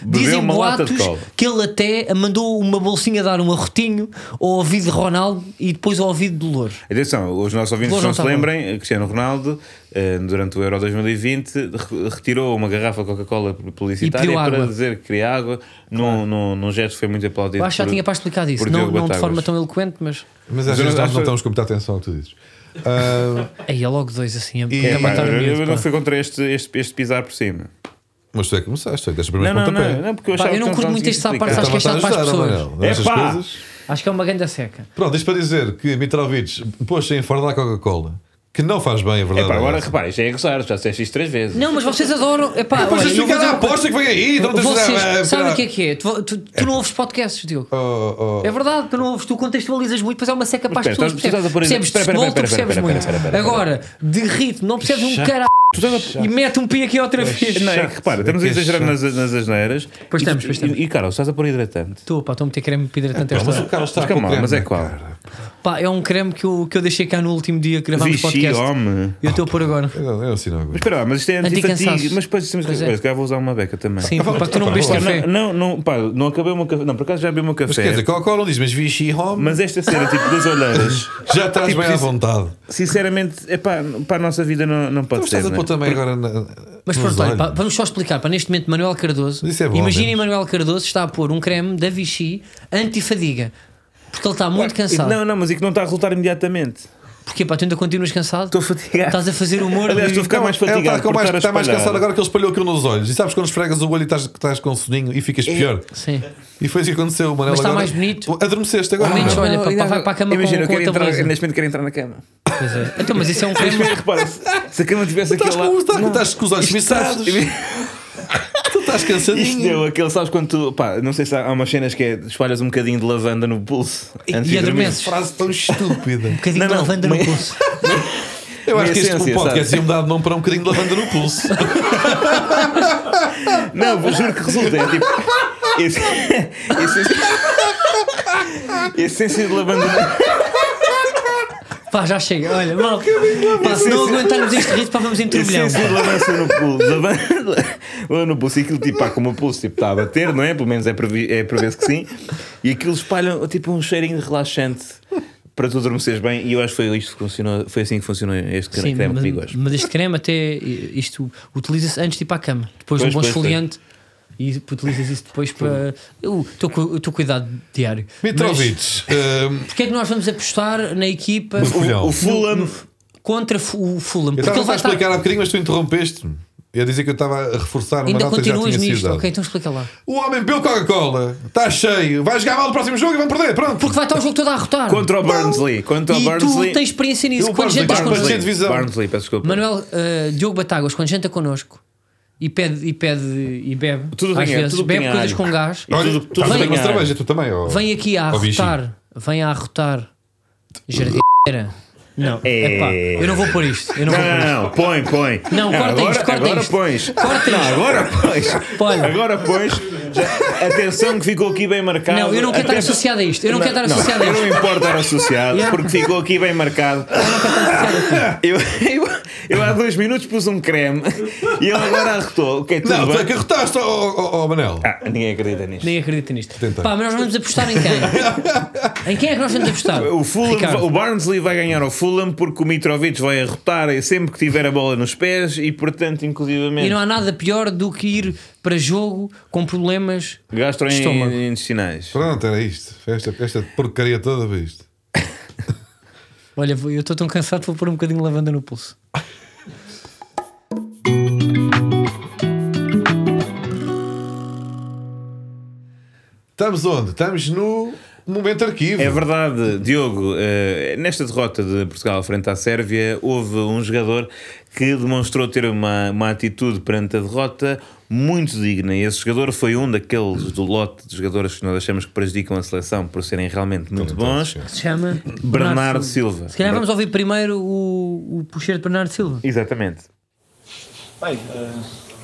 B: Bebeu
A: Dizem
B: uma lata
A: boatos
B: de cola.
A: que ele até mandou uma bolsinha dar um arrotinho ao ouvido de Ronaldo e depois ao ouvido de Louro.
B: Atenção, os nossos ouvintes
A: Vou
B: não se
A: juntar
B: lembrem, Cristiano Ronaldo, eh, durante o Euro 2020, re- retirou uma garrafa de Coca-Cola publicitária
A: E pediu
B: para
A: água.
B: dizer que queria água, num, num, num gesto que foi muito aplaudido.
A: Eu acho que já
B: por-
A: tinha para explicar isso,
B: por
A: não,
B: Diogo
A: não de
B: Batáguas.
A: forma tão eloquente, mas
C: Mas às
B: eu
C: vezes
B: não-
C: nós
B: acho-
C: não estamos com muita atenção ao que tu dizes. Ah,
A: aí é logo dois assim. A
B: É, pá,
A: matar o
B: eu,
A: miúdo,
B: eu não
A: pá.
B: fui contra este, este, este pisar por cima.
C: mas tu é que começaste, tu é que deste o
B: Não,
C: primeiro
B: não, não,
C: pontapé.
B: não, É porque eu
A: Pá,
B: achava
A: eu não
B: que
A: curto
B: não
A: muito
B: conseguia
A: esta parte,
B: explicar.
A: acho que
C: Estava-te
A: está
C: a
A: para as
C: ajudar, é,
A: pessoas.
C: Amarelo, nestas
B: Epá!
C: coisas.
A: Acho que é uma grande seca.
C: Pronto, isto para dizer que Mitrovic pôs-se a enfardar a Coca-Cola, que não faz bem, a verdade.
B: Epá,
C: é
B: agora
C: essa.
B: repara, isto é gozar, já disseste isto três vezes.
A: Não, mas vocês adoram. Epá,
B: assim
C: Depois
A: olha, eu vou
C: justificar
A: dizer
C: a
A: uma coisa.
C: aposta que vem aí. Então,
A: Vocês, sabem o que é que é? Tu, tu- tu não ouves podcasts, Diogo.
C: Oh, oh.
A: É verdade, tu não ouves, tu contextualizas muito, pois é uma seca para as
B: Espera,
A: pessoas.
B: estás-
A: Percebes,
B: estás a pôr aí-
A: percebes de
B: espera,
A: futebol, tu
B: espera, espera,
A: percebes
B: espera,
A: muito.
B: espera, espera, espera,
A: Agora, de ritmo, não percebes um
B: Chato.
A: caralho
B: Tu estás a-
A: e mete um pi aqui outra vez.
B: Não, é que repara, estamos a
C: É que é
B: exagerar
C: chato.
B: nas, nas asneiras.
A: Pois
B: E tu-
A: estamos, pois estamos.
B: E, e Carol, estás a pôr hidratante.
A: Estou, pá, estou a meter creme para hidratar tanto
C: Mas o
A: esta.
C: Carlos está
B: É, Mas
C: Tá com
B: calma lá,
C: creme
B: mas é
C: na
B: qual?
C: cara.
A: Pá, é um creme que eu, que eu deixei cá no último dia que gravámos o
B: Vichy,
A: podcast.
B: homem.
A: Eu estou por agora.
C: Eu não- eu não sei não
B: Mas
C: aguento.
B: espera lá, mas isto é antifatigue.
A: Anticansaço.
B: Mas depois temos que.
A: Pois é.
B: Olha, se calhar vou usar uma beca também.
A: Sim, pá, tu não
C: Ah,
A: bebeste
C: pá,
A: café.
B: Não, não, não, pá, não acabei o meu café. Não, por acaso já bebi o meu
C: Mas quer dizer,
B: café.
C: Coca-Cola não diz, mas Vichy Home
B: Mas esta cena, tipo, das olheiras,
C: já estás
B: tipo,
C: bem à
B: isso-
C: vontade.
B: sinceramente, é pá, para a nossa vida não, não
C: Então, Mas
B: pode ser.
C: estás a
B: né?
C: pôr também agora na.
A: Mas
C: nos
A: pronto, olha, pá,
C: olhos.
A: vamos só explicar. Para neste momento, Manuel Cardoso.
C: Um Isso é bom,
A: imaginem
C: menos.
A: Manuel Cardoso está a pôr um creme da Vichy antifadiga. Porque ele está muito cansado.
B: é Não, não, mas e que não está a resultar imediatamente.
A: Porquê? Pá, tu ainda continuas cansado?
B: Estou fatigado.
A: Estás a fazer humor.
B: é. Aliás, estou a ficar
C: Não,
B: mais
C: ele
B: fatigado.
C: Está, com
B: por
C: mais,
B: estar a
C: está mais
B: espalhar.
C: cansado agora que ele espalhou aquilo nos olhos. E sabes quando esfregas o olho e estás, estás com um soninho e
B: É.
C: ficas pior.
A: Sim.
C: E foi isso que aconteceu, Manel.
A: Mas está
C: agora-
A: mais bonito.
C: Adormeceste agora.
A: Bonitos, olha,
C: Manel.
A: pá, pá, vai para a cama
B: Ah, Imagina, eu
A: com,
B: quero
A: com a
B: entrar,
A: tabuleira.
B: neste momento quero entrar na cama.
A: Pois é. Então, mas isso é um
B: Mas
A: crime.
B: repara, se se a cama tivesse
C: Estás
B: aquele
C: com,
B: lado.
C: estás, estás com os olhos miçados. tu estás
B: Isto
C: cansadinho.
B: deu aquele, sabes quando tu, pá, não sei se há há umas cenas que é, espalhas um bocadinho de lavanda no pulso antes de
A: e
B: dormir.
A: adormeces. Um
C: Frase tão estúpida.
A: bocadinho
B: Não,
A: de
B: não,
A: lavanda no
B: mas-
A: pulso.
C: Eu acho que este
B: essência,
C: podcast ia mudar de nome para um bocadinho de lavanda no pulso.
B: Não, vou- juro que resulta. É tipo. esse- esse- Essência de lavanda.
A: Pá, já chega. Olha, mal. Pá, se não aguentarmos este ritmo, pá, vamos em turbilhão.
B: Essência de lavanda no pulso. Lavanda, lavanda no pulso. E aquilo, tipo, pá, como o pulso tipo, está a bater, não é? Pelo menos é para vi- é para ver-se que sim. E aquilo espalha tipo um cheirinho relaxante para tu adormeceres bem. E eu acho que foi isto que funcionou. Foi assim que funcionou este
A: Sim,
B: creme comigo
A: mas,
B: hoje.
A: mas este creme até isto utiliza-se antes de ir para a cama. Depois de um
B: Pois,
A: bom
B: pois, pois.
A: esfoliante e utilizas isso depois para eu- o teu, cu- o teu cuidado diário. Mas
C: Mitrovic. hum,
A: Porquê é que nós vamos apostar na equipa
C: No Fulham.
B: O Fulham.
A: no- contra fu- o Fulham?
C: eu
A: Porque ele
C: estava a
A: vai estar,
C: explicar há bocadinho, mas tu interrompeste-me. Eu dizia que eu estava a reforçar uma
A: ainda
C: nota que já
A: continuas
C: tinha sido
A: nisto.
C: dada.
A: Ok, então explica lá.
C: O homem bebeu Coca-Cola, está cheio, vai jogar mal no próximo jogo e vão perder, pronto.
A: Porque vai estar o jogo todo a rotar.
B: Contra o Burnsley. Contra o
A: e
B: Burnsley.
A: tu tens experiência nisso.
C: Eu,
A: Quando
C: Burnley,
A: jantas
C: Burnley.
A: connosco,
C: Burnley. divisão.
B: Barnsley, peço desculpa.
A: Manuel eh, Diogo Batagas, quando janta connosco e pede e, pede, e bebe,
B: Tudo
A: às
B: tem-
A: vezes,
B: tudo
A: bebe
B: tem
A: coisas
B: alho.
A: com gás.
B: E
C: Olha,
B: tudo- tudo
C: estás a
A: vem-
C: ver com cerveja, tu também. ó-
A: Vem aqui a
C: ó bichinho.
A: arrotar. Vem a arrotar. Jardineira. Não,
B: É.
A: epá, eu não vou pôr isto. Eu não
B: Não,
A: vou pôr
B: não, não, põe, põe.
A: Não, corta
B: agora,
A: isto, corta
B: agora
A: isto.
B: pões.
A: Corta
B: Não,
A: isto.
B: agora pões.
A: Põe.
B: Agora pões. Já- atenção que ficou aqui bem marcado.
A: Não, eu não quero
B: Até-
A: estar associado a isto. Eu não, quero estar associado a
B: eu
A: isto.
B: não importo estar associado,
A: Yeah.
B: porque ficou aqui bem marcado. Eu, eu, eu há dois minutos pus um creme e ele agora arrotou. Ok, tudo
C: Não, tu é
B: bem.
C: que arrotaste, ó ó- ó, Manel.
B: Ah, ninguém acredita nisto.
A: Nem acredito nisto.
C: Tenta.
A: Pá, mas nós vamos apostar em quem? em quem é que nós vamos apostar?
B: O, Fulham,
A: Ricardo.
B: o Barnsley vai ganhar ao Fulham porque o Mitrovic vai arrotar sempre que tiver a bola nos pés e, portanto, inclusivamente.
A: E não há nada pior do que ir para jogo com problemas. Estômago.
B: gastrointestinais.
C: Pronto, era isto. Esta, esta porcaria toda foi isto.
A: Olha, vou- eu estou tão cansado, vou pôr um bocadinho de lavanda no pulso.
C: Estamos onde? Estamos no momento arquivo.
B: É verdade, Diogo. eh, nesta derrota de Portugal frente à Sérvia, houve um jogador que demonstrou ter uma, uma atitude perante a derrota muito digna. E esse jogador foi um daqueles do lote de jogadores que nós achamos que prejudicam a seleção por serem realmente muito bons.
A: Se chama
B: Bernardo Silva.
A: Se calhar vamos ouvir primeiro o, o puxeiro de Bernardo Silva.
B: Exatamente.
E: Bem, eh,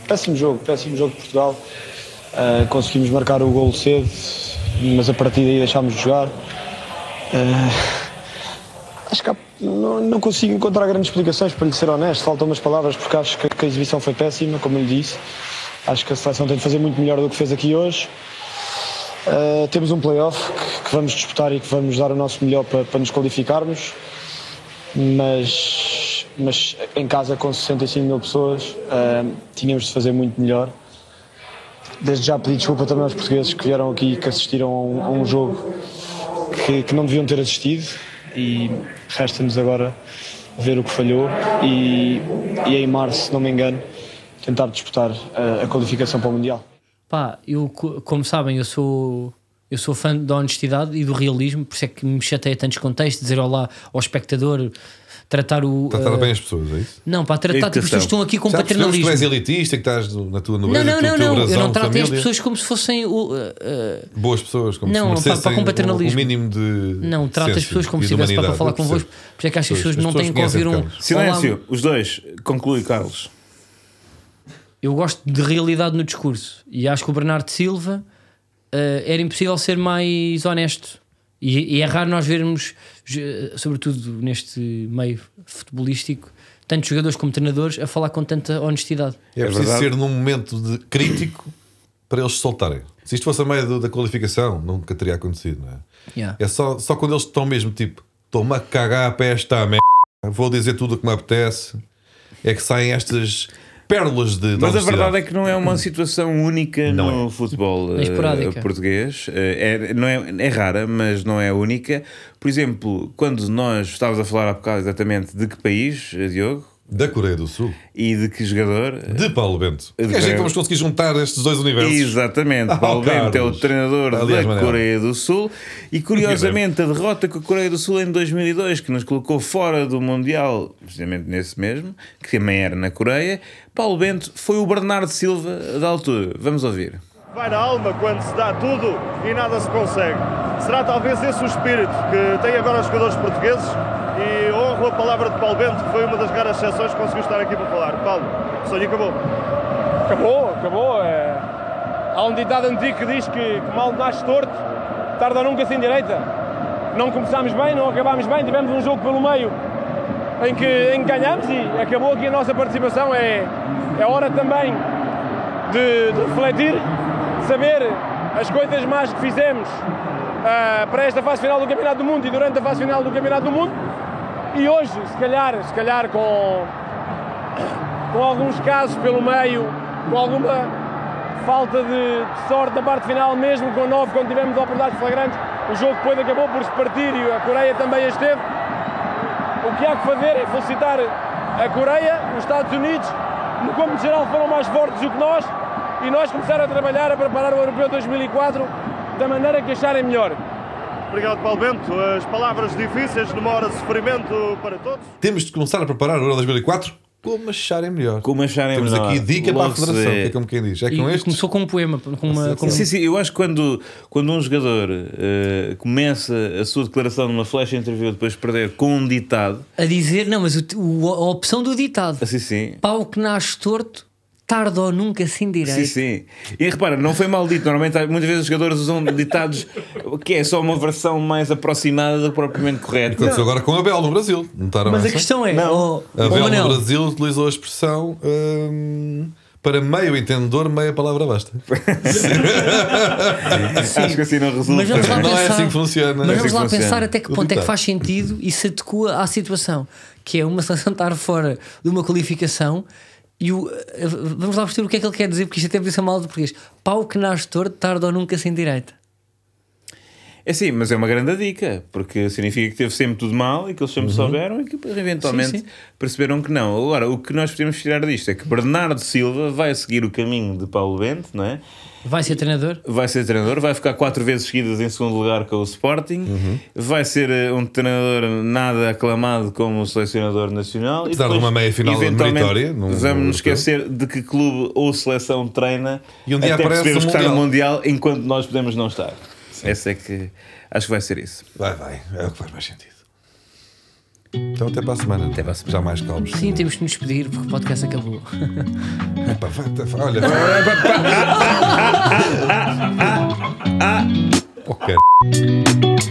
E: péssimo jogo, péssimo jogo de Portugal. Eh, conseguimos marcar o golo cedo, mas a partir daí deixámos de jogar. Eh, acho que há- não, não consigo encontrar grandes explicações, para lhe ser honesto. Faltam umas palavras, porque acho que, que a exibição foi péssima, como eu lhe disse. Acho que a seleção tem de fazer muito melhor do que fez aqui hoje. Eh, temos um playoff que, que vamos disputar e que vamos dar o nosso melhor para, para nos qualificarmos mas, mas em casa com 65 mil pessoas ah, tínhamos de fazer muito melhor. Desde já pedi desculpa também aos portugueses que vieram aqui e que assistiram a um, a um jogo que, que não deviam ter assistido e resta-nos agora ver o que falhou e, e em março, se não me engano, tentar disputar ah, a qualificação para o Mundial.
A: Pá, eu, co- como sabem, eu sou, eu sou fã da honestidade e do realismo, por isso é que me chateia tantos contextos, dizer olá ao espectador, tratar o.
C: Tratar
A: eh,
C: bem as pessoas, é isso?
A: Não, pá, tratar tipo, as
B: Educação.
A: pessoas que estão aqui com
C: Já percebemos que tu és
A: paternalismo.
C: elitista, que estás no- na tua
A: Não,
C: nobreza,
A: não,
C: tu-
A: não,
C: teu
A: não. Eu
C: brasão
A: não
C: de
A: trato as
C: família.
A: pessoas como se fossem. o- eh, eh,
C: Boas pessoas, como
A: Não, pá,
C: se merecessem
A: pá, com
C: o-
A: paternalismo.
C: O mínimo de.
A: não, trato as
C: decência
A: pessoas como
C: e
A: se
C: de
A: estivesse para
C: humanidade.
A: falar
C: Eu
A: convosco.
C: percebo.
A: Por isso é que acho que as pessoas não têm que
C: conhecem,
A: ouvir um.
C: Carlos.
B: Silêncio,
A: olá.
B: os dois. Conclui, Carlos.
A: Eu gosto de realidade no discurso e acho que o Bernardo Silva eh, era impossível ser mais honesto. E, e é raro nós vermos, je- sobretudo neste meio futebolístico, tantos jogadores como treinadores a falar com tanta honestidade.
C: É preciso
B: verdade.
C: ser num momento de crítico para eles se soltarem. Se isto fosse a meio do- da qualificação, nunca teria acontecido, não é?
A: Yeah.
C: É só, só quando eles estão mesmo tipo, estou-me a cagar para esta merda, vou dizer tudo o que me apetece, é que saem estas pérolas de.
B: Mas a verdade é que não é uma situação única
C: Não
B: no futebol
A: É esporádica.
B: eh, português. Eh, É, não é, é rara, mas não é única. Por exemplo, quando nós estávamos a falar há bocado exatamente de que país, eh, Diogo,
C: Da Coreia do Sul,
B: e de que jogador. eh,
C: de Paulo Bento. é
B: De
C: Quer dizer que
B: Coreia.
C: vamos conseguir juntar estes dois universos.
B: Exatamente,
C: Ah,
B: Paulo Bento é o
C: Carlos.
B: treinador
C: Aliás,
B: da
C: Manel.
B: Coreia do Sul e curiosamente a derrota com a Coreia do Sul em 2002 que nos colocou fora do Mundial, precisamente nesse mesmo, que também era na Coreia, Paulo Bento foi o Bernardo Silva da altura. Vamos ouvir.
F: Vai na alma quando se dá tudo e nada se consegue. Será talvez esse o espírito que tem agora os jogadores portugueses e honro a palavra de Paulo Bento, que foi uma das raras exceções que conseguiu estar aqui para falar. Paulo, o sonho acabou.
G: Acabou, acabou. É... Há um ditado antigo que diz que, que mal nasce torto, tarda ou nunca sem direita. Não começámos bem, não acabámos bem, tivemos um jogo pelo meio em que, em que ganhámos e acabou aqui a nossa participação. É, é hora também de, de refletir, de saber as coisas más que fizemos ah, para esta fase final do Campeonato do Mundo e durante a fase final do Campeonato do Mundo. E hoje, se calhar, se calhar com, com alguns casos pelo meio, com alguma falta de, de sorte na parte final, mesmo com 9, quando tivemos oportunidades flagrantes, o jogo depois acabou por se partir e a Coreia também as teve. O que há que fazer é felicitar a Coreia, os Estados Unidos, no campo geral foram mais fortes do que nós e nós começaram a trabalhar, a preparar o Europeu 2004 da maneira que acharem melhor.
F: Obrigado, Paulo Bento. As palavras difíceis numa hora de sofrimento para todos.
C: Temos de começar a preparar o Euro 2004 como acharem melhor.
B: Como acharem
C: Temos
B: melhor.
C: aqui dica para a
B: Logo se
C: federação,
B: vê.
C: que é como quem diz. É
A: E
C: com este.
A: começou com um poema, com uma. Com um,
B: Sim, sim, eu acho que quando, quando um jogador eh, começa a sua declaração numa flash interview depois de perder com um ditado,
A: A dizer, não, mas o, o- a opção do ditado:
B: assim sim,
A: pau que nasce torto, tarde ou nunca sem direita.
B: Sim, sim. E repara, não foi mal dito. Normalmente, há- muitas vezes os jogadores usam ditados que é só uma versão mais aproximada do propriamente correto.
C: Aconteceu agora com a Bel no Brasil. Notaram
A: Mas a
C: essa?
A: questão é:
B: Não.
A: não.
C: A Bel no Brasil utilizou a expressão hum, para meio entendedor, meia palavra basta.
B: Acho que assim não resulta.
A: Mas vamos lá
C: Não é
A: pensar-
C: assim que funciona.
A: Mas
B: assim
A: vamos
B: que
A: lá
B: funciona.
A: pensar até que
C: O
A: ponto é que
C: ditado.
A: faz sentido e se adequa à situação, que é uma seleção estar fora de uma qualificação e o, eh, vamos lá perceber o que é que ele quer dizer, porque isto até podia ser mal de português. Pau que nasce torto, tarde ou nunca sem direita.
B: É sim, mas é uma grande dica, porque significa que teve sempre tudo mal e que eles sempre souberam e que eventualmente
A: Uhum. Sim, sim.
B: perceberam que não. Agora, o que nós podemos tirar disto é que Bernardo Silva vai seguir o caminho de Paulo Bento, não é?
A: Vai ser treinador?
B: vai ser treinador, vai ficar quatro vezes seguidas em segundo lugar com o Sporting, vai ser eh, um treinador nada aclamado como selecionador nacional.
C: Apesar de uma meia-final
B: eventualmente,
C: meritória, num-
B: Vamos
C: num
B: nos esquecer de que clube ou seleção treina
C: E um dia
B: até
C: aparece
B: percebermos
C: o
B: que está no Mundial enquanto nós podemos não estar. Essa é que acho que vai ser isso.
C: Vai, vai. É o que faz mais sentido. Então até para a semana. Até
B: para a semana.
C: Já mais calmos.
A: Sim, temos que nos despedir porque o podcast acabou.
C: Epá, vai, tá, vai, olha. Ok.